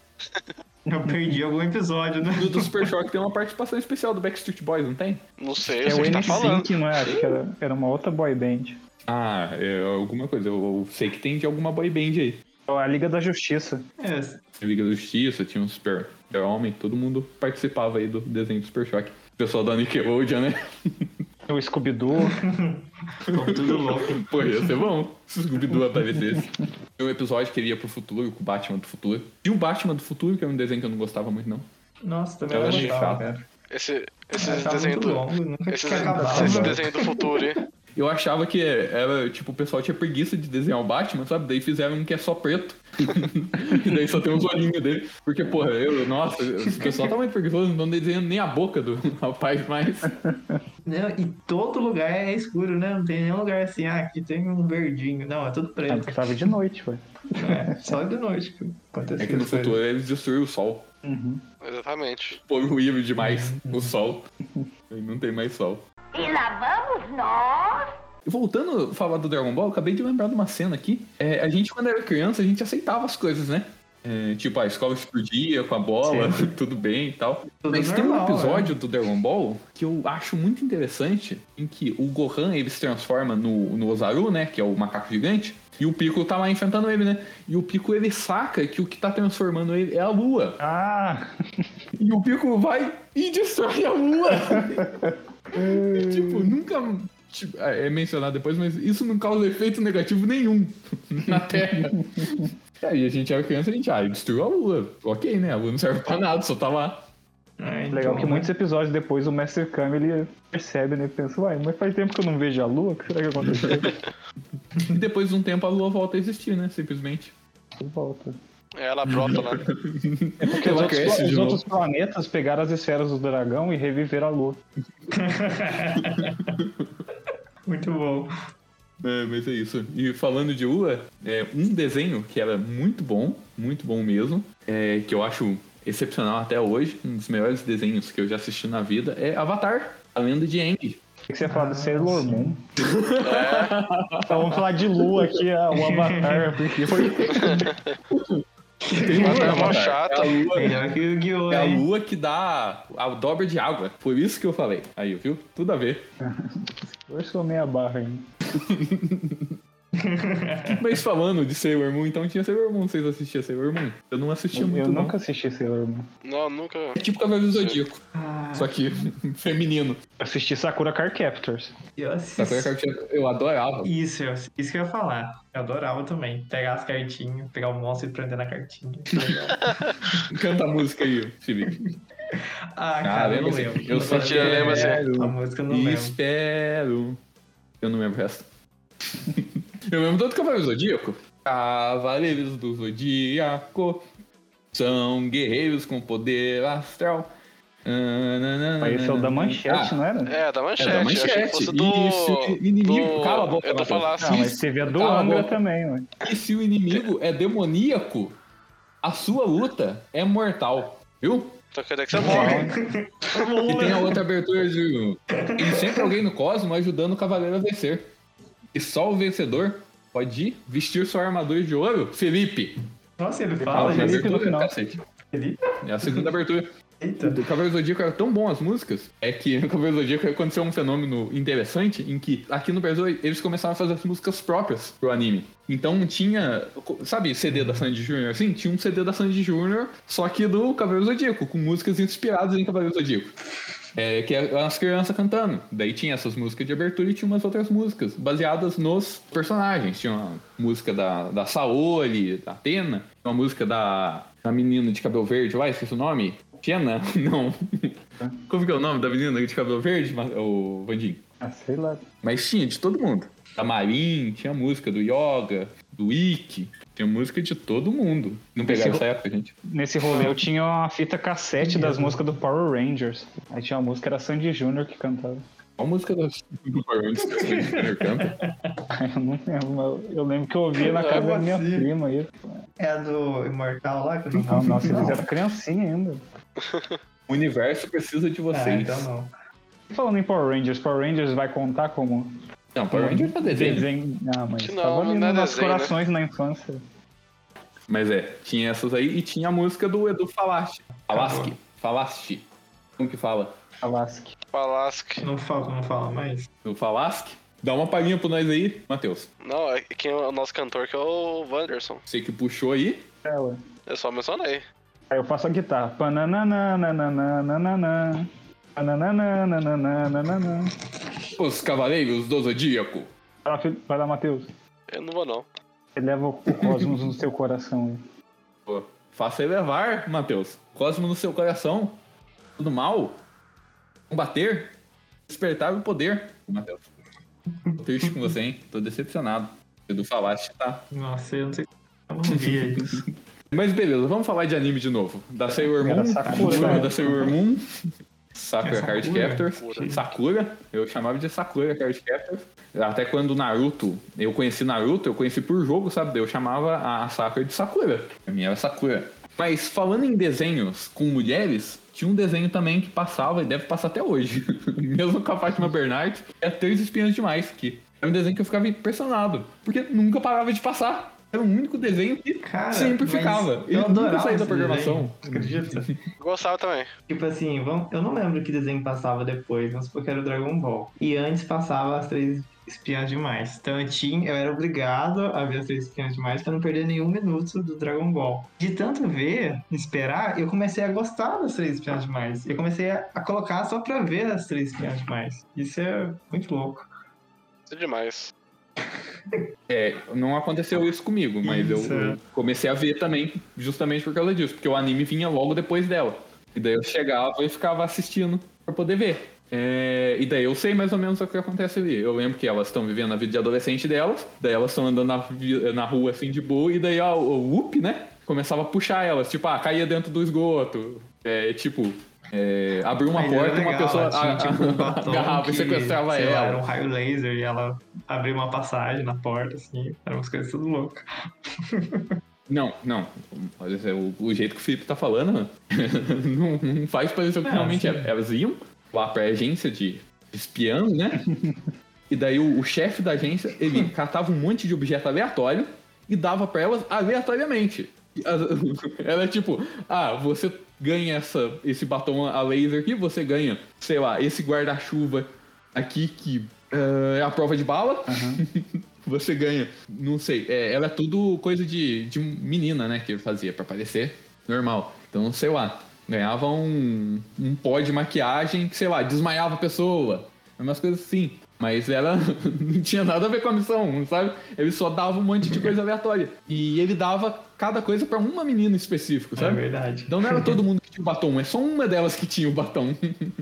Eu perdi algum episódio, né? Do, do Super Choque tem uma participação especial do Backstreet Boys, não tem? Não sei, eu É sei o o que tá falando. N5, não é? Acho que era, era uma outra boy band. Ah, é alguma coisa, eu, eu sei que tem de alguma boy band aí. É A Liga da Justiça. É, Liga da Justiça, tinha um Super Homem, todo mundo participava aí do desenho do Super Choque. O pessoal da Nickelodeon, né? É O Scooby-Doo. ficou tudo louco. Pô, ia ser bom se o Scooby-Doo aparecesse. Tem um episódio que ele ia pro futuro, com o Batman do futuro. Tinha um Batman do futuro, que é um desenho que eu não gostava muito, não. Nossa, também Eu eu achei gostava, chato. cara. Esse, É, esse tá Mas Tava desenho muito do. longo, nunca Esse, tinha acabado. né? esse desenho do futuro, hein? Eu achava que era, tipo, o pessoal tinha preguiça de desenhar o Batman, sabe? Daí fizeram um que é só preto. e daí só tem os olhinhos dele. Porque, porra, eu, nossa, o pessoal tá muito preguiçoso, não estão desenhando nem a boca do rapaz mais. Não, e todo lugar é escuro, né? Não tem nenhum lugar assim, ah, aqui tem um verdinho. Não, é tudo É preto. porque tava de noite, foi. É, só de noite que aconteceu. É que no isso aí. futuro eles destruíram o sol. Exatamente. poluído Uhum. demais o sol. E não tem mais sol. E lá vamos nós Voltando a falar do Dragon Ball, eu acabei de lembrar de uma cena aqui. É, a gente, quando era criança, a gente aceitava as coisas, né? É, tipo, a escola explodia com a bola, tudo bem e tal. Tudo Mas normal, é. tem um episódio do Dragon Ball que eu acho muito interessante, em que o Gohan ele se transforma no, no Ozaru, né? Que é o macaco gigante. E o Pico tá lá enfrentando ele, né? E o Pico ele saca que o que tá transformando ele é a lua. Ah! E o Pico vai e destrói a lua. E, tipo, nunca. tipo, é mencionado depois, mas isso não causa efeito negativo nenhum na Terra. e aí a gente era criança, a gente, ah, destruiu a lua. Ok, né? A lua não serve pra nada, só tá lá. É, então, Legal que Uhum. né? muitos episódios depois o Mestre Kami ele percebe, né? Pensa, uai, mas faz tempo que eu não vejo a lua, o que será que aconteceu? E depois de um tempo a lua volta a existir, né? Simplesmente. E volta. Ela brota lá. É porque Os ela outros, cresce os de outros novo. planetas pegaram as esferas do dragão e reviveram a lua. Muito bom. É, mas é isso. E falando de lua, é um desenho que era muito bom, muito bom mesmo, é, que eu acho excepcional até hoje, um dos melhores desenhos que eu já assisti na vida, é Avatar, a lenda de Aang. O que você ia falar Ah, do Sailor Moon? Então vamos falar de lua aqui, ah, o Avatar, porque foi. Tem Avatar é mó Avatar. É chato. a lua- Legal que o guiou É a aí. lua que dá a dobra de água. Foi isso que eu falei. Aí, viu? Tudo a ver. Eu sou meia barra ainda. Mas falando de Sailor Moon, então tinha Sailor Moon. Vocês assistiam Sailor Moon? Eu não assistia muito, Eu não. nunca assisti Sailor Moon. Não, nunca. É tipo Cavaleiro do Zodíaco. Ah. Só que feminino. Eu Assisti Sakura Car Captors. Eu Só que assisti. eu- Eu adorava. Isso, eu- isso que eu ia falar. Eu adorava também. Pegar as cartinhas, pegar o monstro e prender na cartinha. Legal. Canta a música aí, Felipe. ah, cara, eu não sei. lembro. Eu só te tinha lembro, assim. A música eu não E lembro. espero. Eu não lembro o resto. eu lembro tanto Cavaleiro do Zodíaco. Cavaleiros do Zodíaco são guerreiros com poder astral. Ah, Mas esse é hum, o da manchete, não era? É, da manchete. É, da eu achei que Manchete. fosse Isso, inimigo. do- Cala a boca, Eu tô Matheus. falando Não, assim. Ah, mas teve a do Cala a Angra boca. também, ué. E se o inimigo é demoníaco, a sua luta é mortal. Viu? Tô querendo que você morre. é. E tem a outra abertura de. Tem sempre alguém no cosmo ajudando o cavaleiro a vencer. E só o vencedor pode vestir sua armadura de ouro. Felipe! Nossa, ele fala Ah, Felipe essa isso. no abertura, final. cacete. Felipe? É a segunda abertura. Eita. O Cavaleiro Zodíaco era tão bom as músicas, é que no Cavaleiro Zodíaco aconteceu um fenômeno interessante em que aqui no Brasil eles começaram a fazer as músicas próprias pro anime. Então tinha, sabe, CD da Sandy Júnior assim? Tinha um CD da Sandy Júnior, só que do Cavaleiro Zodíaco, com músicas inspiradas em Cavaleiro Zodíaco. É, que eram as crianças cantando. Daí tinha essas músicas de abertura e tinha umas outras músicas baseadas nos personagens. Tinha uma música da, da Saori, da Atena, uma música da, da menina de cabelo verde, vai, esqueci o nome. Tiana? Não. Como que é o nome da menina de cabelo verde, Ma- o Vandinho? Ah, sei lá. Mas tinha de todo mundo. Da Marin, tinha música do Yoga, do Ikki, tinha música de todo mundo. Não pegaram Esse- essa época, gente. Nesse rolê eu tinha uma fita cassete das músicas do Power Rangers. Aí tinha uma música, era Sandy Júnior que cantava. Qual música da- do Power Rangers que você lembra que canta? Eu não lembro, mas eu lembro que eu ouvia na casa da minha assim? prima aí. É a do Imortal lá que eu não Não, nossa, eles eram criancinha ainda. O universo precisa de Ah, vocês. então não. E Falando em Power Rangers, Power Rangers vai contar como Não, Power Rangers é desenho. desenho. Ah, mas Que não, tava ali não é nos nossos desenho, né? corações na infância. Mas é, tinha essas aí e tinha a música do Edu Falaschi. Falaschi? Falaschi. Como que fala? Alaska. Falasque. Não fala, não fala mais. Do Falaschi? Dá uma palhinha pro nós aí, Matheus. Não, é- quem é o nosso cantor que é o Wanderson. Você que puxou aí. É, ué. Eu só mencionei. Aí eu faço a guitarra. Pananananananananã. Pananananananananã. Os Cavaleiros do Zodíaco. Vai lá, filho- Vai lá, Matheus. Eu não vou, não. Você leva o cosmos no seu coração. aí. Pô, faça elevar, Matheus. Cosmo no seu coração. Tudo mal. Combater. Despertar o poder. Matheus. Tô triste com você, hein? Tô decepcionado. Edu Falaschi tá. Nossa, eu não sei. Eu não via isso. Mas beleza, vamos falar de anime de novo. Da Sailor Era Moon. Sakura, o filme né? da Sailor Moon. Sakura É Card Sakura. Captors. Sakura. Eu chamava de Sakura Card Captors. Até quando o Naruto, eu conheci Naruto, eu conheci por jogo, sabe? Daí Eu chamava a Sakura de Sakura. Pra mim era Sakura. Mas falando em desenhos com mulheres, tinha um desenho também que passava e deve passar até hoje. Mesmo com a Fátima Bernardes, é Três Espinhas Demais, que Era um desenho que eu ficava impressionado, porque nunca parava de passar. Era o único desenho que Cara, sempre mas ficava. eu Ele nunca adorava saía da esse programação. desenho, acredita? Gostava também. Tipo assim, vamos, eu não lembro que desenho passava depois, mas porque era o Dragon Ball. E antes passava as três espiãs demais. Então eu tinha, eu era obrigado a ver as três espiãs demais pra não perder nenhum minuto do Dragon Ball. De tanto ver, esperar, eu comecei a gostar das três espiãs demais. Eu comecei a, a colocar só pra ver as três espiãs demais. Isso é muito louco. Isso é demais. É, não aconteceu isso comigo, mas eu, Isso, é. eu comecei a ver também, justamente por causa disso, porque o anime vinha logo depois dela. E daí eu chegava e ficava assistindo pra poder ver. É, e daí eu sei mais ou menos o que acontece ali. Eu lembro que elas estão vivendo a vida de adolescente delas, daí elas estão andando na, vi- na rua assim de boa, e daí a, o Whoop, né? Começava a puxar elas, tipo, ah, caía dentro do esgoto. É, tipo, é, abriu uma Mas era porta e uma legal, pessoa ela tinha, tipo, um batom agarrava e que, sequestrava sei lá, ela. era um raio laser e ela abriu uma passagem na porta, assim. Eram umas coisas tudo loucas. Não, não. Olha, é o, o jeito que o Felipe tá falando não, não faz parecer o que É, realmente sim. era. Elas iam lá pra agência de espiando, né? e daí o, o chefe da agência, ele catava um monte de objeto aleatório e dava pra elas aleatoriamente. E as- Era tipo, ah, você ganha essa, esse batom a laser aqui, você ganha, sei lá, esse guarda-chuva aqui que ah, é a prova de bala. Você ganha, não sei, é, ela é tudo coisa de, de menina, né, que fazia pra parecer normal. Então, sei lá, ganhava um, um pó de maquiagem que, sei lá, desmaiava a pessoa, umas coisas assim. Mas ela não tinha nada a ver com a missão, um, sabe? Ele só dava um monte de coisa aleatória. E ele dava cada coisa pra uma menina específica, É sabe? verdade. Então não era todo mundo que tinha o batom, é só uma delas que tinha o batom.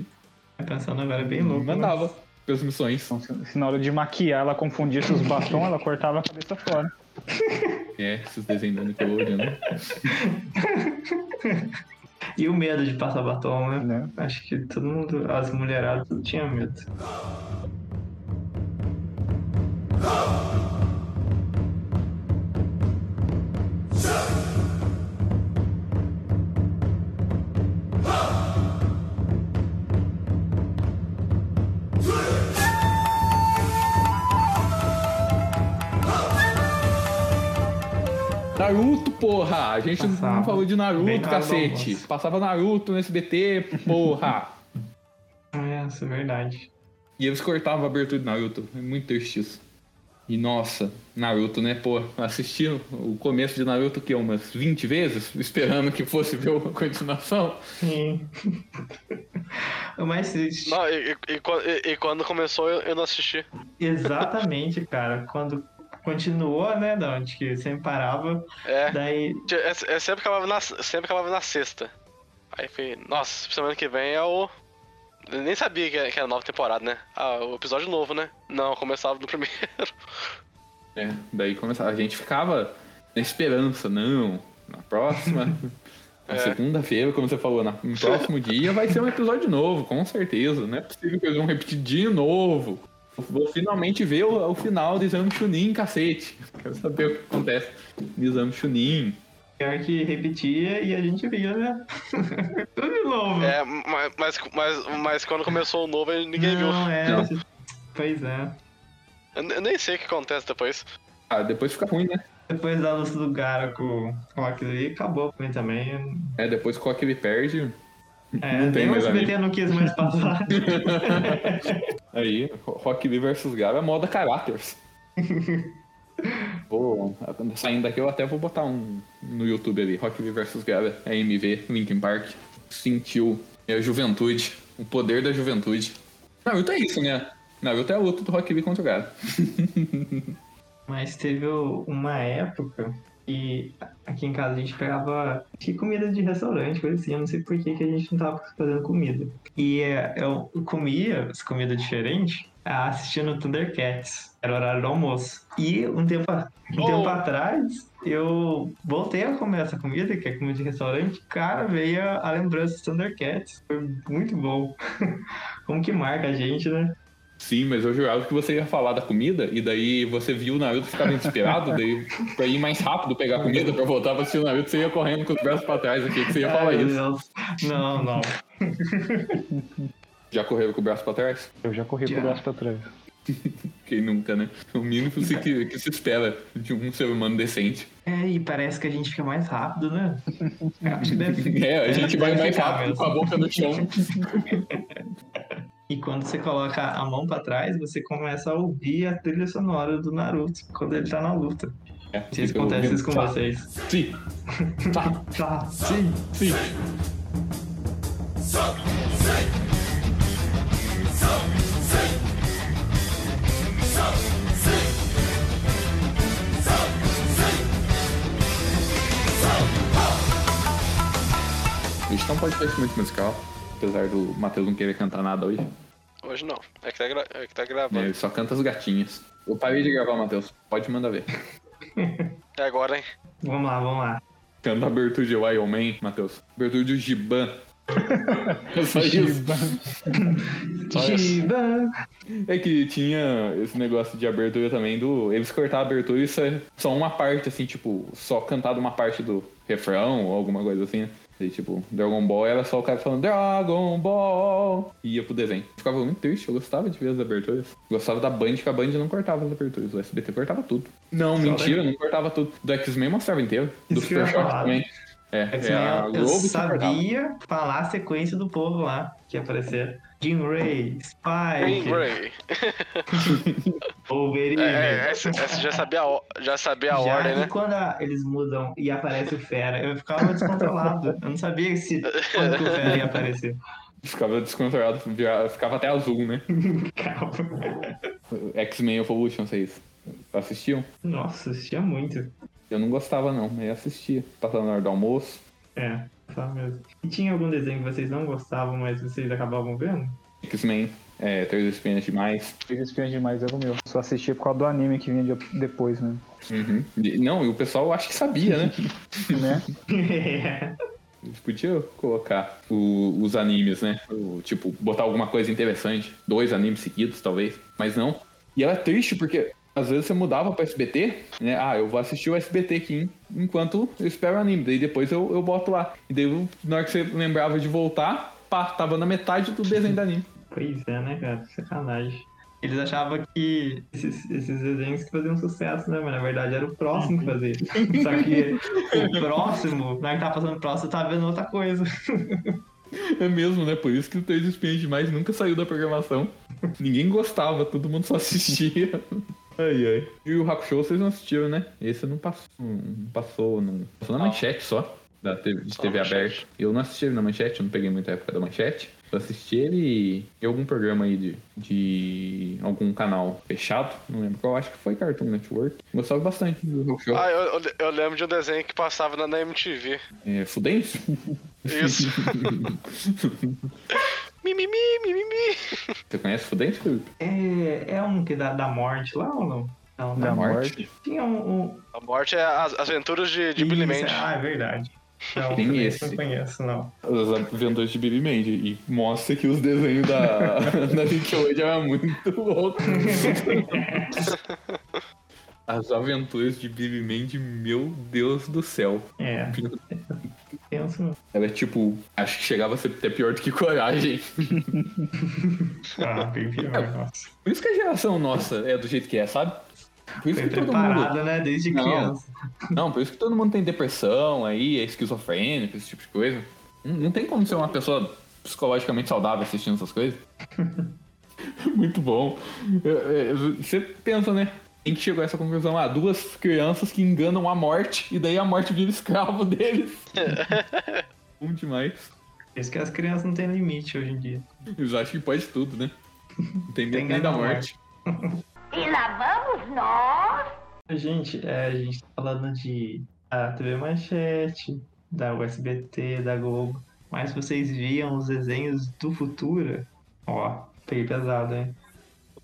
Pensando agora é bem louco. né? Hum, Mandava pelas missões. Então, se, se na hora de maquiar ela confundisse os batons, ela cortava a cabeça fora. É, esses desenhos da Nickelodeon, né? E o medo de passar batom, né? Né? Acho que todo mundo, as mulheradas, tudo tinha medo. Naruto, porra! A gente não- Passava. não falou de Naruto, Bem na cacete. almoço. Passava Naruto no SBT, porra! É, isso é verdade. e eles cortavam a abertura de Naruto. É muito triste isso. E nossa, Naruto, né? Pô, assisti o começo de Naruto que é umas 20 vezes, esperando que fosse ver uma continuação. Sim. o mais triste. Não, e, e- e quan- e- e quando começou eu, eu não assisti. Exatamente, cara. Quando continuou, né, da onde que sempre parava, É. daí É, é sempre acabava na, sempre acabava na sexta. Aí foi, nossa, semana que vem é o. Eu nem sabia que era, que era nova temporada, né? Ah, o episódio novo, né? Não, começava no primeiro. É, daí começava. A gente ficava na esperança, não. Na próxima. Na É. segunda-feira, como você falou, na- no próximo dia vai ser um episódio novo, com certeza. Não é possível que eles vão repetir de novo. Eu Vou finalmente ver o, o final do Exame Chunin, cacete. Quero saber o que acontece no Exame Chunin. pior que repetia e a gente via, né? Tudo de novo. É, mas, mas, mas, mas quando começou o novo, aí ninguém Não, viu. é. Não. se- Pois é. Eu, ne- eu nem sei o que acontece depois. Ah, depois fica ruim, né? Depois da luta do Gara com, com aquilo ali, acabou pra mim também. É, depois que o Rock ele perde, É, Não tem nem o mais SBT não quis mais passar. aí Rock Lee versus Gara é moda characters. Vou, saindo daqui eu até vou botar um no YouTube ali, Rock Lee vs Gara, AMV, Linkin Park. Sentiu é a juventude, o poder da juventude. Naruto é isso, né? Naruto é a luta do Rock Lee contra o Gara. Mas teve o- uma época e aqui em casa a gente pegava acho que comida de restaurante, coisa assim. Eu não sei por que, que a gente não tava fazendo comida. E é, eu comia as comida diferente ah, assistindo Thundercats. Era o horário do almoço. E um tempo, a- um Oh. tempo atrás eu voltei a comer essa comida, que é comida de restaurante. Cara, veio a, a lembrança de Thundercats. Foi muito bom. Como que marca a gente, né? Sim, mas eu jurava que você ia falar da comida, e daí você viu o Naruto ficar desesperado, daí pra ir mais rápido pegar a comida pra voltar pra assistir o Naruto, você ia correndo com os braços pra trás aqui, que você ia falar Ai, meu isso. Deus. Não, não. Já correu com o braço pra trás? Eu já corri com Já. o braço pra trás. Quem nunca, né? O mínimo que, se- que, que se espera de um ser humano decente. É, e parece que a gente fica mais rápido, né? Acho que deve- É, a deve gente vai mais ficar rápido mesmo. com a boca no chão. E quando você coloca a mão pra trás, você começa a ouvir a trilha sonora do Naruto quando ele tá na luta. É, Não sei se fica acontece ouvindo. isso com Tá, vocês. Sim, tá, Tá. sim, sim. Este é um podcast muito musical, apesar do Matheus não querer cantar nada hoje. Hoje não. É que tá, gra- é que tá né, gravando. Ele só canta as gatinhas. Eu parei de gravar, Matheus. Pode mandar ver. É agora, hein? Vamos lá, vamos lá. Canta a abertura de Iron Man, Matheus. Abertura de Giban. É só isso. Olha. Giba! É que tinha esse negócio de abertura também do. Eles cortaram a abertura e isso é só uma parte, assim, tipo, só cantado uma parte do refrão ou alguma coisa assim. né? E, tipo, Dragon Ball era só o cara falando Dragon Ball e ia pro desenho. Ficava muito triste, eu gostava de ver as aberturas. Gostava da Band, que a Band não cortava as aberturas. O SBT cortava tudo. Não, mentira, não cortava tudo. Do X-Men mostrava inteiro. Isso do que eu ia Super Shock falar. também. É, é a eu Globo que cortava. sabia falar a sequência do povo lá que ia aparecer. Jim Ray, Green Spike, Grey. Wolverine. É, é, essa, essa já sabia a, o- já sabia a Já ordem, que né? quando a- eles mudam e aparece o Fera, eu ficava descontrolado. Eu não sabia se quando que o Fera ia aparecer. Ficava descontrolado, vira- ficava até azul, né? Calma. X-Men Evolution, vocês assistiam? Nossa, assistia muito. Eu não gostava, não, mas eu assistia. Passava na hora do almoço. É, só mesmo. E tinha algum desenho que vocês não gostavam, mas vocês acabavam vendo? X-Men, é, Três Espinhas Demais. Fiz espiões demais, era o meu. Só assistia por causa do anime que vinha de- depois, né? Uhum. E- Não, e o pessoal acho que sabia, né? né? Eles podiam colocar o- os animes, né? O- tipo, botar alguma coisa interessante. Dois animes seguidos, talvez. Mas não. E era triste, porque às vezes você mudava pra SBT, né? Ah, eu vou assistir o SBT aqui hein? enquanto eu espero o anime. Daí depois eu, eu boto lá. E daí, na hora que você lembrava de voltar, pá, tava na metade do desenho do anime. pois é, né, cara? Sacanagem. Eles achavam que esses, esses desenhos que faziam sucesso, né? Mas na verdade era o próximo que fazia. Só que o próximo, na hora que tá passando o próximo, tá vendo outra coisa. É mesmo, né? Por isso que o Três Espinhas Demais nunca saiu da programação. Ninguém gostava, todo mundo só assistia. Ai, ai. E o Hakusho vocês não assistiram, né? Esse não passou, não passou, não... passou na Não. manchete só, da TV, de Só TV na manchete. aberta. Eu não assisti ele na manchete, eu não peguei muita época da manchete. Eu assisti ele em algum programa aí de, de algum canal fechado, não lembro qual, acho que foi Cartoon Network. Gostava bastante do Hakusho. Ah, eu, eu- eu lembro de um desenho que passava na, na MTV. É, Fudêncio? Isso. mimimi, mimimi. Você conhece Fudêncio, Felipe? É, é um que dá da morte lá ou não? Não, Da não. morte. Tinha um. um... A morte é as as aventuras de, Tipo, de Billy Isso, Mandy. Ah, é verdade. Não, Tem também esse. Não conheço, não. As aventuras de Billy Mandy e mostra que os desenhos da, da Nickelodeon eram muito loucos. As aventuras de Billy Mandy, meu Deus do céu. É, penso não. Ela é tipo, acho que chegava a ser até pior do que coragem. Ah, bem pior, É, nossa. Por isso que a geração nossa é do jeito que é, sabe? Por isso Foi que todo mundo. preparada, né? Desde Não. criança. Não, por isso que todo mundo tem depressão aí, é esquizofrênico, esse tipo de coisa. Não, não tem como ser uma pessoa psicologicamente saudável assistindo essas coisas. Muito bom. É, é, Você pensa, né? Quem que chegou a essa conclusão? Ah, duas crianças que enganam a morte e daí a morte vira escravo deles. Bom demais. Por isso que as crianças não têm limite hoje em dia. Eles acham que pode tudo, né? Não tem medo nem Tem medo da da morte. E lá vamos nós. Gente, é, a gente tá falando de ah, da TV Manchete, da USBT, da Globo. Mas vocês viam os desenhos do Futura? Ó, peguei pesado, hein?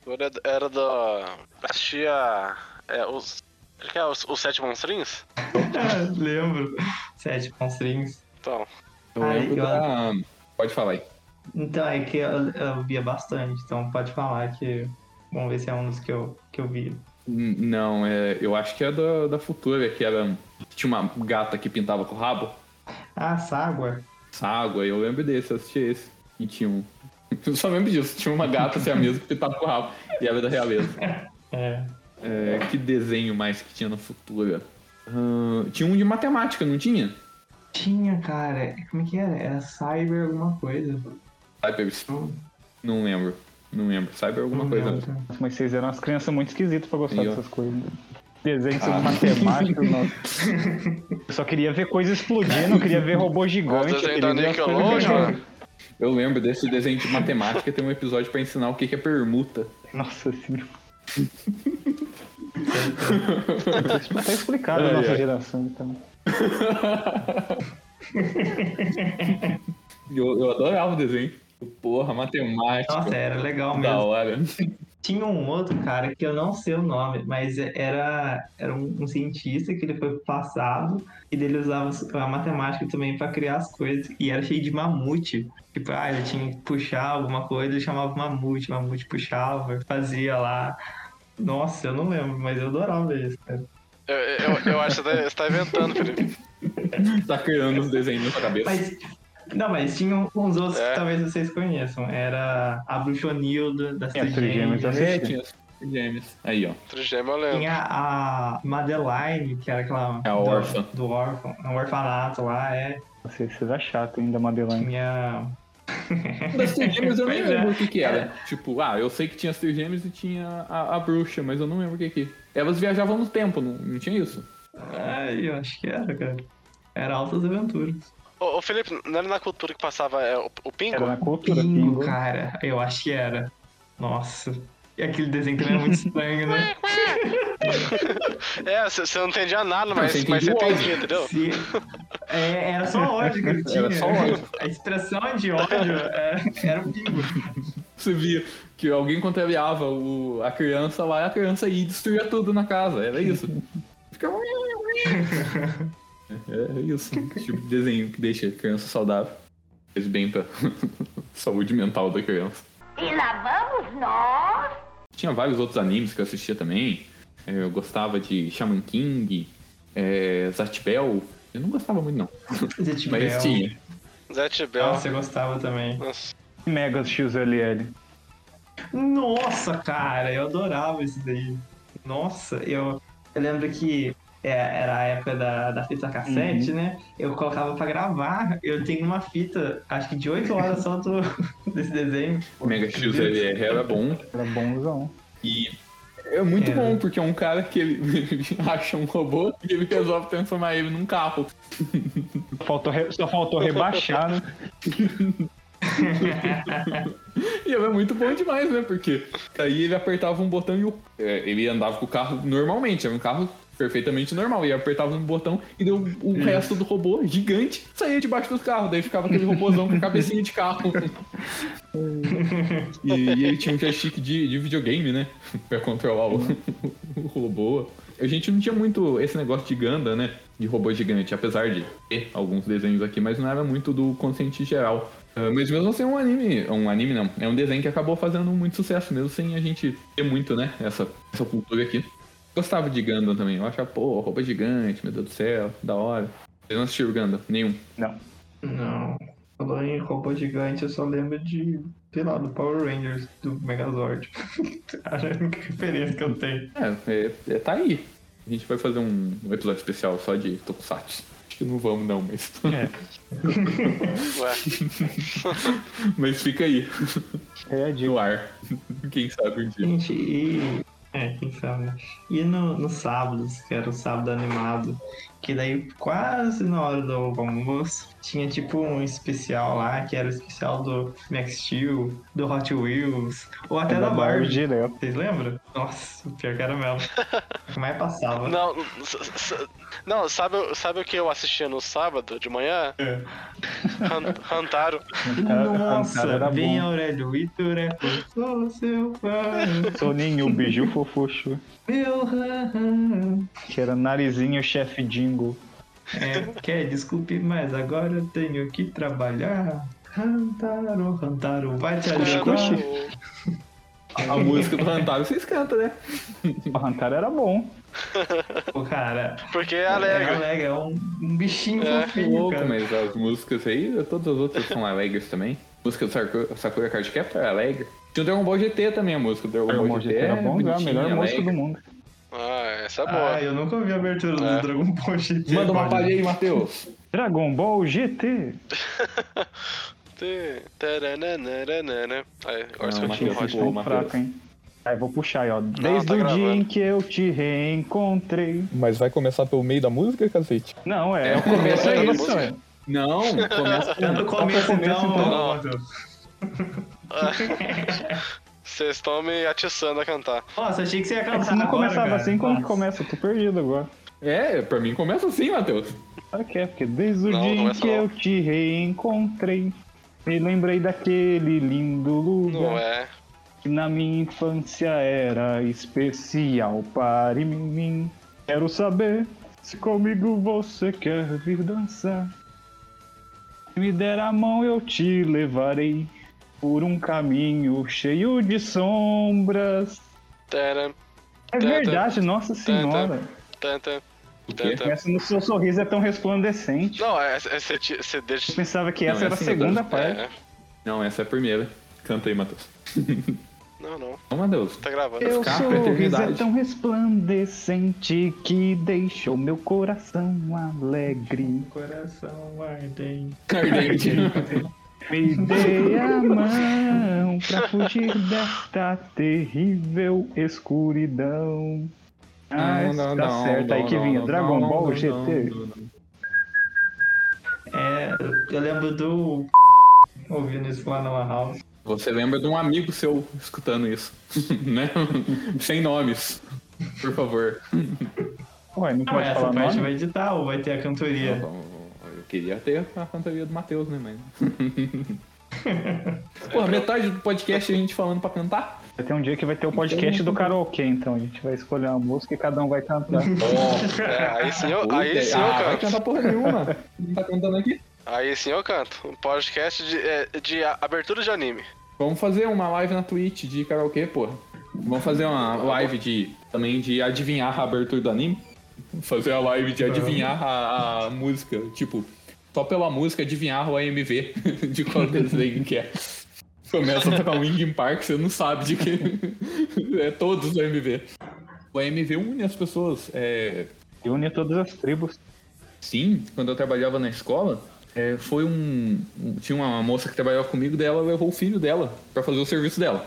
Era, era da. Assistia. É, os. Acho que é os, os Sete Monstrinhos? Lembro. Sete Monstrinhos. Então. Eu Ai, lembro eu- da. Pode falar aí. Então, é que eu, eu via bastante, então pode falar que. Vamos ver se é um dos que eu, que eu vi. N- Não, é, eu acho que é da, da Futura, que era. Tinha uma gata que pintava com o rabo. Ah, Ságua. Ságua, eu lembro desse, eu assisti esse. E tinha um, Eu só lembro disso. Tinha uma gata siamesa que pitava com o rabo. E era da realeza. É. É, que desenho mais que tinha no futuro? Ahn, tinha um de matemática, não tinha? Tinha, cara. Como é que era? Era cyber alguma coisa. Cyber... Não lembro. Não lembro. Cyber alguma Não coisa. lembro, cara. Mas vocês eram umas crianças muito esquisitas pra gostar Aí, ó. dessas coisas. Desenhos Ah. sobre matemática, nossa. Eu só queria ver coisa explodindo, eu queria ver robô gigante. eu desenho queria da ver as coisas Nickelodeon, grandes. é mano. Eu lembro desse desenho de matemática. Tem um episódio pra ensinar o que que é permuta. Nossa senhora. Isso tá explicado Ai, a nossa ai. geração, então. E Eu, eu adorava o desenho. Porra, matemática. Nossa, era legal da mesmo. hora. Tinha um outro cara que eu não sei o nome, mas era, era um, um cientista que ele foi pro passado e dele usava a matemática também pra criar as coisas. E era cheio de mamute. Tipo, ah, ele tinha que puxar alguma coisa, ele chamava mamute, mamute puxava, fazia lá. Nossa, eu não lembro, mas eu adorava isso, cara. Eu, eu, eu acho que você tá- você tá inventando, Felipe. Tá criando os desenhos na sua cabeça. Mas. Não, mas tinha uns outros É. que talvez vocês conheçam. Era a Bruxonilda da Tinha Trigêmeos, Trigêmeos. É, tinha os gêmeos. Aí, ó. Trigêmeo eu lembro. Tinha a Madeline, que era aquela. É a do- órfã. Do órfão. É um orfanato lá, é. Você, você é chato ainda, Madeline. Tinha. Duster Gêmeos eu nem Pois é. lembro o que que era. Tipo, ah, eu sei que tinha Duster Gêmeos e tinha a, a bruxa, mas eu não lembro o que que. Elas viajavam no tempo, não, não tinha isso? Ah, eu acho que era, cara. Era Altas Aventuras. Ô, ô, Felipe, não era na cultura que passava é, o, o Pingo? Era na cultura, Pingo, pingo. cara. Eu acho que era. Nossa. E aquele desenho também era muito estranho, né? É, você você não entendia nada, mas você mas entendia o você áudio. entendia, entendeu? Se- É, era só ódio que ele tinha. Era só ódio. A expressão de ódio é, era o pingo. Você via que alguém contrariava o, a criança lá e a criança ia e destruía tudo na casa. Era isso. Ficava. É, é isso. Esse tipo de desenho que deixa a criança saudável. Fez bem pra saúde mental da criança. E lá vamos nós. Tinha vários outros animes que eu assistia também. É, Eu gostava de Shaman King, é, Zatch Bell. Eu não gostava muito, não. Zet Bell. Mas tinha. Zé Tibel. Nossa, eu gostava também. Nossa. Mega XLL. Nossa, cara, eu adorava isso daí. Nossa, eu, eu lembro que é, era a época da, da fita cassete, né? Eu colocava pra gravar. Eu tenho uma fita, acho que de 8 horas só do, desse desenho. Mega XLR era bom. Era bonzão. E é muito É. bom, porque é um cara que ele, ele acha um robô e ele resolve transformar ele num carro. Faltou re- Só faltou rebaixar, né? E era muito bom demais, né? Porque daí ele apertava um botão e o, é, ele andava com o carro normalmente. Era um carro perfeitamente normal. E apertava um botão e deu o resto do robô gigante saía debaixo do carro. Daí ficava aquele robôzão com cabecinha de carro. e, e ele tinha um joystick de, de videogame, né? pra controlar o, o robô. A gente não tinha muito esse negócio de Ganda, né? De robô gigante, apesar de ter alguns desenhos aqui, mas não era muito do consciente geral. Ah, Mas mesmo assim é um anime. Um anime não. É um desenho que acabou fazendo muito sucesso, mesmo sem a gente ter muito, né? Essa, essa cultura aqui. Gostava de Gundam também. Eu achava, pô, roupa gigante, meu Deus do céu, da hora. Vocês não assistiram Gundam? Nenhum. Não. Não. Falou em robô gigante, eu só lembro de, sei lá, do Power Rangers, do Megazord. Cara, é a única referência que eu tenho. É, é, é- tá aí. A gente vai fazer um, um episódio especial só de Tokusatsu. Acho que não vamos não, mas, Ué. mas fica aí, É a dica. no ar. Quem sabe um dia. Gente, e. É, quem sabe, né? E no, no sábado, que era o sábado animado, que daí quase na hora do almoço tinha tipo um especial lá, que era o especial do Max Steel, do Hot Wheels, ou até da Barbie. direto. Vocês lembram? Nossa, pior que era mesmo. O que mais passava. Não, s- s- não sabe, o- sabe o que eu assistia no sábado de manhã? É. Han- Hantaro. Cara, Nossa, era vem bom. Aurélio Vitor, é sou seu fã, Soninho, biju fofuxo. meu ran. Que era narizinho, chefe jingle. É, quer, desculpe, mas agora eu tenho que trabalhar. Rantaro, Rantaro, vai te ajudar. Hantaro. A música do Hantaro vocês cantam, né? Arrancar era bom. O cara Porque é é alegre, alegre. é um, um bichinho É, Que fofinho, louco, cara. mas as músicas aí, todas as outras são alegres também. música do Sakura, Sakura Card Captor é alegre. Tinha o Dragon Ball GT também, a música do Dragon, Dragon Ball GT era bom, era a é bonitinha, melhor música alegre. do mundo. Ah, essa é boa. Ah, eu nunca ouvi a abertura É. do Dragon Ball GT. Manda uma cara. palha aí, Matheus. Dragon Ball GT. Tê, tarananana. né? Aí, agora você Não, continua, mas ficou- Roger. Estou Matheus. fraco, hein? Aí vou puxar aí, ó. Desde tá o dia gravando. em que eu te reencontrei. Mas vai começar pelo meio da música, cacete? Não, é, É, o começo é é a isso, música. é. Não, começa Tá no começo, começo, então, então. Matheus. Vocês estão me atiçando a cantar. Nossa, achei que você ia É que cantar se não agora, começava cara. assim, como que Nossa. começa? Eu tô perdido agora. É, pra mim começa assim, Matheus. Sabe o que é? Porque desde o Não, dia não é em que só. eu te reencontrei, me lembrei daquele lindo Não lugar é. que na minha infância era especial para mim. Quero saber se comigo você quer vir dançar. Se me der a mão, eu te levarei por um caminho cheio de sombras. Taran, É Tá, Tá. tá. verdade, nossa senhora. tan, tan, O tan, quê? tan. Essa no seu sorriso é tão resplandecente. Não, é- é- você ti- você deixa. Eu pensava que Não, essa era a essa não segunda dá. parte. É, Não, essa é a primeira. Canta aí, Matheus. não, não. Não, Matheus. Tá gravando. Teu Escapa a sorriso é eternidade. tão resplandecente que deixou meu coração alegre. Coração ardente. Ardente. Me dê a mão pra fugir desta terrível escuridão. Ah, Não, não, tá não, certo. aí não, que não, vinha não, Dragon não, Ball não, GT. não, não. É, eu lembro do... Ouvindo isso lá na House. Você lembra de um amigo seu escutando isso, né? Sem nomes, por favor. Ué, não Não, pode essa falar parte nome? vai editar ou vai ter a É. cantoria? Eu queria ter a cantoria do Matheus, né, mas... Pô, metade do podcast a gente falando pra cantar? Vai ter um dia que vai ter o podcast do karaokê, então. A gente vai escolher uma música e cada um vai cantar. É, aí sim eu, Puta, aí sim eu ah, vai canto. cantar porra nenhuma. Não tá cantando aqui? Aí sim eu canto. Um podcast de, é, de a- abertura de anime. Vamos fazer uma live na Twitch de karaokê, porra. Vamos fazer uma live de também de adivinhar a abertura do anime. Fazer a live de adivinhar a, a música, tipo, só pela música adivinhar o AMV de qual desenho que é. Começa a tocar Wing Park, você não sabe de que é todos o AMV. O AMV une as pessoas, é, E une todas as tribos. Sim, quando eu trabalhava na escola, é, foi um. um- Tinha uma moça que trabalhava comigo, daí ela levou o filho dela pra fazer o serviço dela.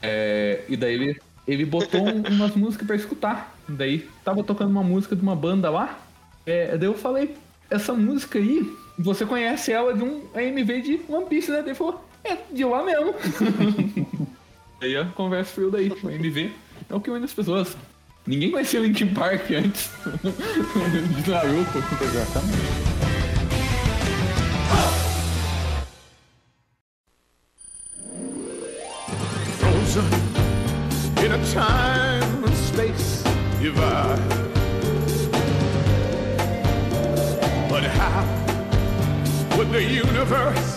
É, e daí ele, ele botou um- umas músicas pra escutar. Daí tava tocando uma música de uma banda lá. É, daí eu falei, essa música aí, você conhece ela de um AMV de One Piece, né? Daí ele falou, é de lá mesmo. daí a conversa foi daí, o AMV. É o que une as pessoas. Ninguém conhecia Linkin Park antes de Naruto. Exatamente. frozen in a time and space divide. But how would the universe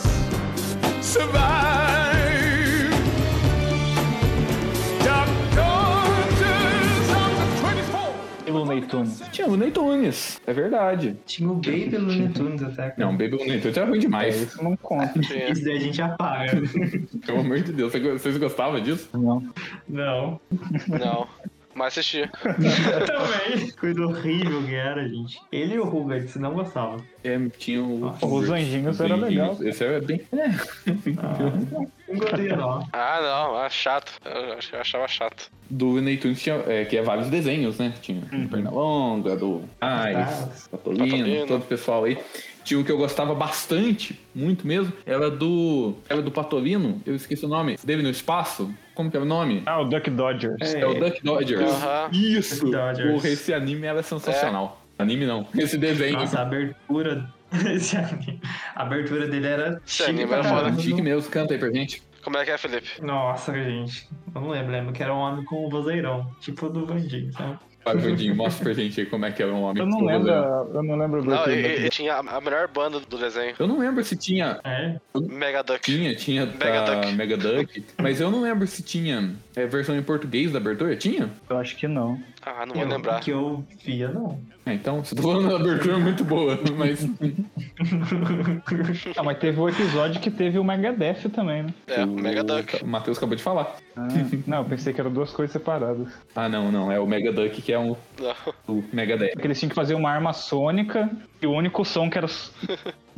survive? Dark daughters of the 24th. E Looney Tunes. Tinha o Neitunes, é verdade. Tinha o Baby Looney Tunes até, cara. Não, Baby Looney Tunes era ruim É, demais. isso não conta. Tinha. Isso daí a gente apaga. né? Pelo amor de Deus, vocês gostavam disso? Não. Não. Não. Mas assistia. Também. Coisa horrível que era, gente. Ele e o Rugrats não gostavam. É, tinha o... Nossa, os anjinhos era legal. Esse era bem... É. Não gostei, não. Ah, não. Ah, chato. Eu ach- eu achava chato. Do Neitunes tinha, é, que é vários desenhos, né? Tinha Uhum. do Pernalonga, do Ah, Ais, Patolino, Patolino. todo o pessoal aí. Tinha um que eu gostava bastante, muito mesmo, era do... Era do Patolino, eu esqueci o nome. Dele no Espaço? Como que é o nome? Ah, o Duck Dodgers. É, o Duck Dodgers. Aham. É. Isso! Duck Dodgers. Porra, esse anime era sensacional. Anime não, esse desenho. Nossa, a abertura. Esse anime- a abertura dele era chique anime pra era foda. caramba. Chique mesmo, canta aí pra gente. Como é que é, Felipe? Nossa, gente. Eu não lembro, lembro que era um homem com um vozeirão. Tipo do Vandinho, sabe? Vai, Vandinho, mostra pra gente aí como é que era um homem. Eu não com lembro, vozeirão. eu não lembro o Não, grupo e, do Duck e- e tinha a, a melhor banda do desenho. Eu não lembro se tinha. É. Mega Duck. Tinha, tinha da Megaduck. Megaduck, mas eu não lembro se tinha é, versão em português da abertura. Tinha? Eu acho que não. Ah, não vou Eu, lembrar. Que eu via, não. É, então, você tá falando da abertura muito boa, mas. Ah, mas teve o episódio que teve o Megadeth também, né? É, o Mega Duck. O Matheus acabou de falar. Ah, não, eu pensei que eram duas coisas separadas. Ah, não, não. É o Mega Duck que é um, Não. o Mega Death. Porque eles tinham que fazer uma arma sônica e o único som que era s-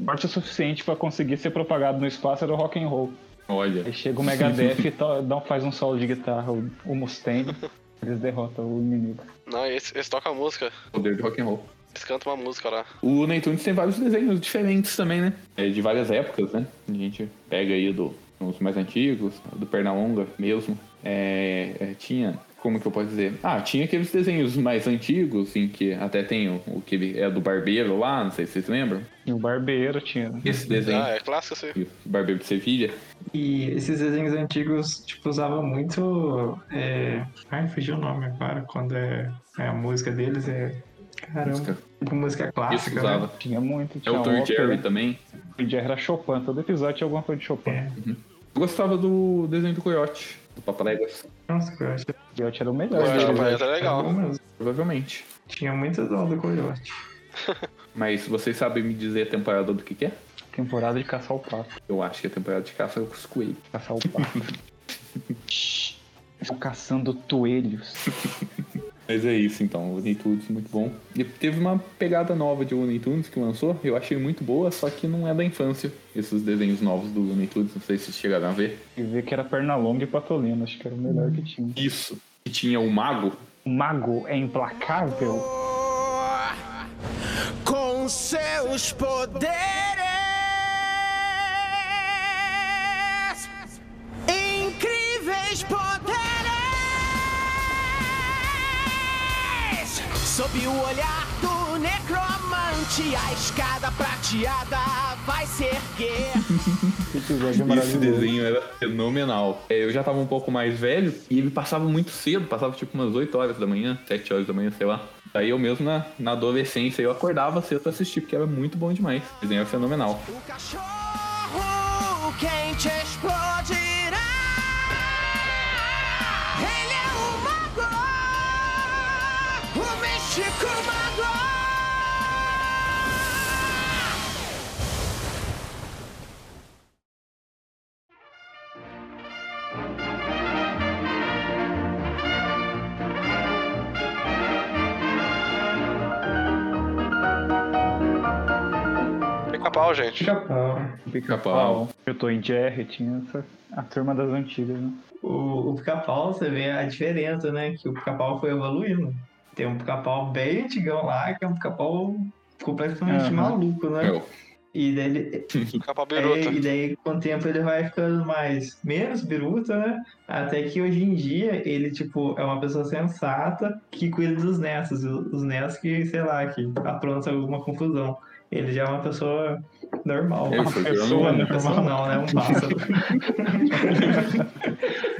forte o suficiente pra conseguir ser propagado no espaço era o rock and roll. Olha. Aí chega o Megadeth e to- dá um- faz um solo de guitarra, o, o Mustang, eles derrotam o inimigo. Não, esse, esse toca a música. Poder de rock and roll. Eles cantam uma música lá. O Neytoons tem vários desenhos diferentes também, né? É de várias épocas, né? A gente pega aí do, os mais antigos, do Pernalonga mesmo. É, é, tinha, como que eu posso dizer? Ah, tinha aqueles desenhos mais antigos, em que até tem o, o que ele- é do barbeiro lá, não sei se vocês lembram. E o Barbeiro tinha. Esse desenho. Ah, é clássico assim. o Barbeiro de Sevilha. E esses desenhos antigos, tipo, usavam muito. É... Ai, fugiu o nome agora, quando é, é a música deles, é. Caramba, Música. tipo música Isso que clássica. né? usava. Tinha muito, É tinha o Tom e ópera. Jerry também. O Jerry era Chopin, todo episódio tinha alguma coisa de Chopin. É. Eu gostava do desenho do Coyote, do Papaléguas, Nossa, eu acho que tá O Coyote era o melhor. Eu acho deles, que né? tá legal. bom mesmo. provavelmente. Tinha muita dó do coiote. Mas vocês sabem me dizer a temporada do que, que é? Temporada de caçar o pato. Eu acho que a temporada de caça é o Coelho. Caçar o pato. Shhh, Estão caçando toelhos. Mas é isso então, o Unitunes muito bom. E teve uma pegada nova de Unitunes que lançou, eu achei muito boa, só que não é da infância. Esses desenhos novos do Unitunes, não sei se vocês chegaram a ver. E ver que era Pernalonga e Patolino, acho que era o melhor que tinha. Isso. E tinha o Mago. O mago é implacável? Com seus poderes, incríveis poderes. Sob o olhar do necromante, a escada prateada vai se erguer. Que episódio Esse é maravilhoso. desenho era fenomenal. É, eu já tava um pouco mais velho e ele passava muito cedo, passava tipo umas 8 horas da manhã, 7 horas da manhã, sei lá. Daí eu mesmo na, na adolescência eu acordava cedo pra assistir, porque era muito bom demais. O desenho era fenomenal. O cachorro quente explodirá. Ele é o mago, o místico mago. Pica-pau, É gente. Pica-pau. Pica-pau. Eu tô em Jerry, tinha essa, a turma das antigas, né? O, o pica-pau, você vê a diferença, né? Que o pica-pau foi evoluindo. Tem um pica-pau bem antigão lá, que é um pica-pau completamente Aham. maluco, né? Eu. E daí, ele- Pica-pau É, biruta. e daí, com o tempo, ele vai ficando mais, menos biruta, né? Até que hoje em dia, ele, tipo, é uma pessoa sensata que cuida dos netos. Os netos que, sei lá, que apronta alguma confusão. Ele já é uma pessoa normal. Eu sou pessoa, Bruno. Uma pessoa não, né? Um pássaro.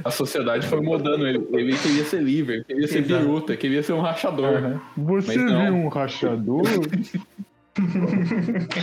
A sociedade foi mudando ele. Ele queria ser livre, ele queria ser Exato. biruta, queria ser um rachador. Você Mas não. viu um rachador?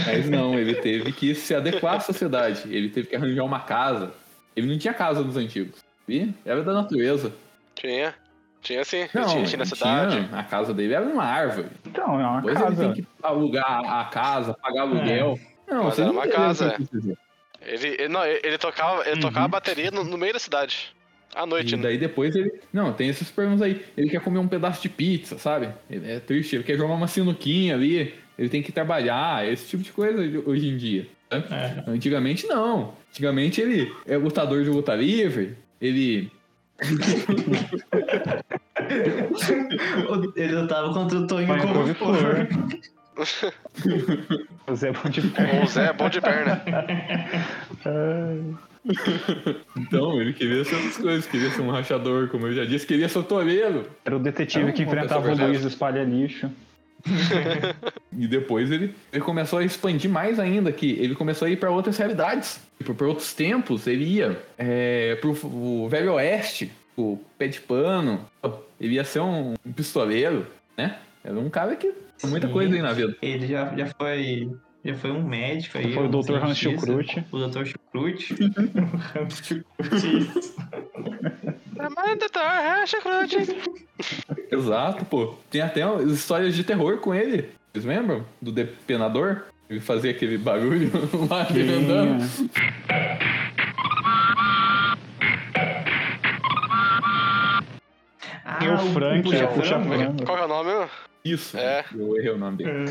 Mas não, ele teve que se adequar à sociedade. Ele teve que arranjar uma casa. Ele não tinha casa nos antigos. E era da natureza. Tinha. Tinha sim. Ele Não, tinha, tinha ele na cidade. tinha- a casa dele era numa árvore. então, é uma Depois ele casa. tem que alugar a casa, pagar aluguel. Não, Mas você era não uma entenderam o casa, é. que eu quis dizer. Ele, ele- não, ele ele tocava, ele tocava a bateria no, no meio da cidade. À noite, E né? daí depois ele. Não, tem esses problemas aí. Ele quer comer um pedaço de pizza, sabe? Ele é triste, ele quer jogar uma sinuquinha ali. Ele tem que trabalhar, esse tipo de coisa de- hoje em dia. né? Antigamente não. Antigamente ele é lutador de luta livre. Ele. ele lutava contra o Tonho Vai como envolver flor. flor. O Zé Bom de O Zé é bom de perna. É. Ai, Então, ele queria ser outras coisas, queria ser um rachador, como eu já disse, queria ser toureiro. Era o detetive Era que uma pessoa enfrentava o verdadeira. Luiz do Espalha Lixo. E depois ele, ele começou a expandir mais ainda, que ele começou a ir para outras realidades, tipo, para outros tempos. Ele ia é, pro o Velho Oeste, o pé de pano. Ele ia ser um, um pistoleiro, né? Era um cara que tinha muita Sim. coisa aí na vida. Ele já, já foi. Já foi um médico aí. Foi o um Dr. Hans cientista. Chucrute. O Dr. Chucrute. O Hans Chucrute. Amanda tá, racha, crute. Exato, pô. Tem até histórias de terror com ele. Vocês lembram? Do depenador? Ele fazia aquele barulho lá dele andando. Ah, E o Frank, puxa é, puxa frango. né? frango. Qual que é o nome? mesmo? Isso. É. Eu errei o nome dele.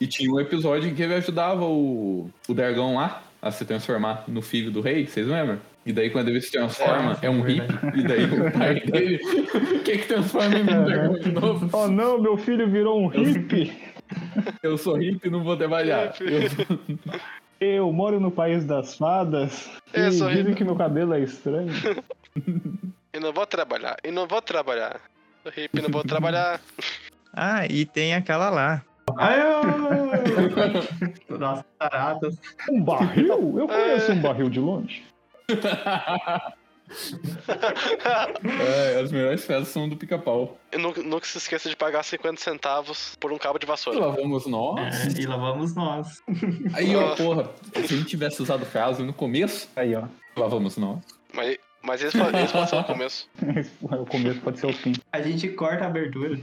E tinha um episódio em que ele ajudava o, o dragão lá a se transformar no filho do rei, vocês lembram? E daí quando ele se transforma, é, um hippie. E daí o pai dele, o que que transforma em um dragão de novo? Oh não, meu filho virou um hippie. Eu sou hippie e não vou trabalhar. Eu- Eu moro no país das fadas. É, e só dizem hippie. que meu cabelo é estranho. E não vou trabalhar, e não vou trabalhar. Sou hippie, não vou trabalhar. Ah, e tem aquela lá. Ai, eu- Nossa, taratas. Um barril? Eu conheço um barril de longe. É, as melhores frases são do pica-pau. E nu- nunca se esqueça de pagar 50 centavos por um cabo de vassoura. Lá vamos nós. É, e lá vamos nós. Aí, ó, porra, se a gente tivesse usado frase no começo, Aí, ó. lá vamos nós. Mas, mas esse, fa- esse pode ser o começo. O começo pode ser o fim. A gente corta a abertura.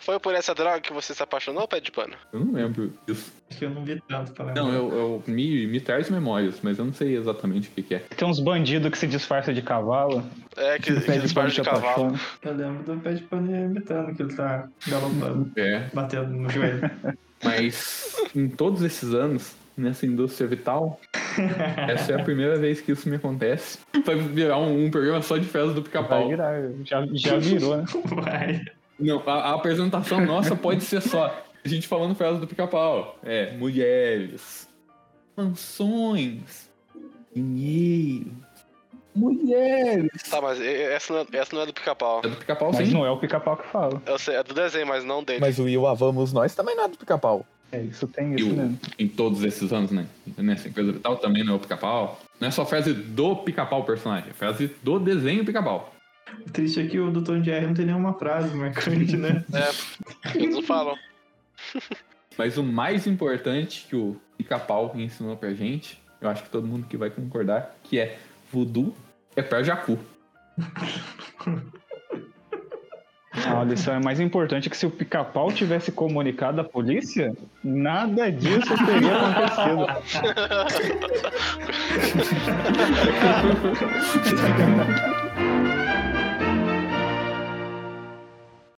Foi por essa droga que você se apaixonou, pé de pano? Eu não lembro disso. Acho que eu não vi tanto pra lembrar. Não, eu, eu- me, me traz memórias, mas eu não sei exatamente o que, que é. Tem uns bandidos que se disfarça de cavalo. É, que, que Tipo, Pede pano disparo de de cavalo. apaixona. Eu lembro do pé de pano imitando que ele tá galopando, É, batendo no joelho. mas em todos esses anos, nessa indústria vital, essa é a primeira vez que isso me acontece. Vai virar um, um programa só de frases do Vai pica-pau. virar. Já, já virou, né? Vai. Não, a, a apresentação nossa pode ser só a gente falando frases do pica-pau. É, mulheres, mansões, dinheiro, mulheres. Tá, mas e- essa não é, essa não é do pica-pau. É do pica-pau, Mas assim? sim. não é o pica-pau que fala. Eu sei, é do desenho, mas não dele. Mas o Will, a vamos nós também não é do pica-pau. É, isso tem E isso o- mesmo. em todos esses anos, né? Nessa empresa vital também não é o pica-pau. Não é só frase do pica-pau personagem, é frase do desenho pica-pau. O triste é que o Dr. Jerry não tem nenhuma frase marcante, né? É, eles não falam. Mas o mais importante que o pica-pau ensinou pra gente, eu acho que todo mundo que vai concordar, que é voodoo é pra jacu. Ah, a lição é mais importante que se o pica-pau tivesse comunicado à polícia, nada disso teria acontecido.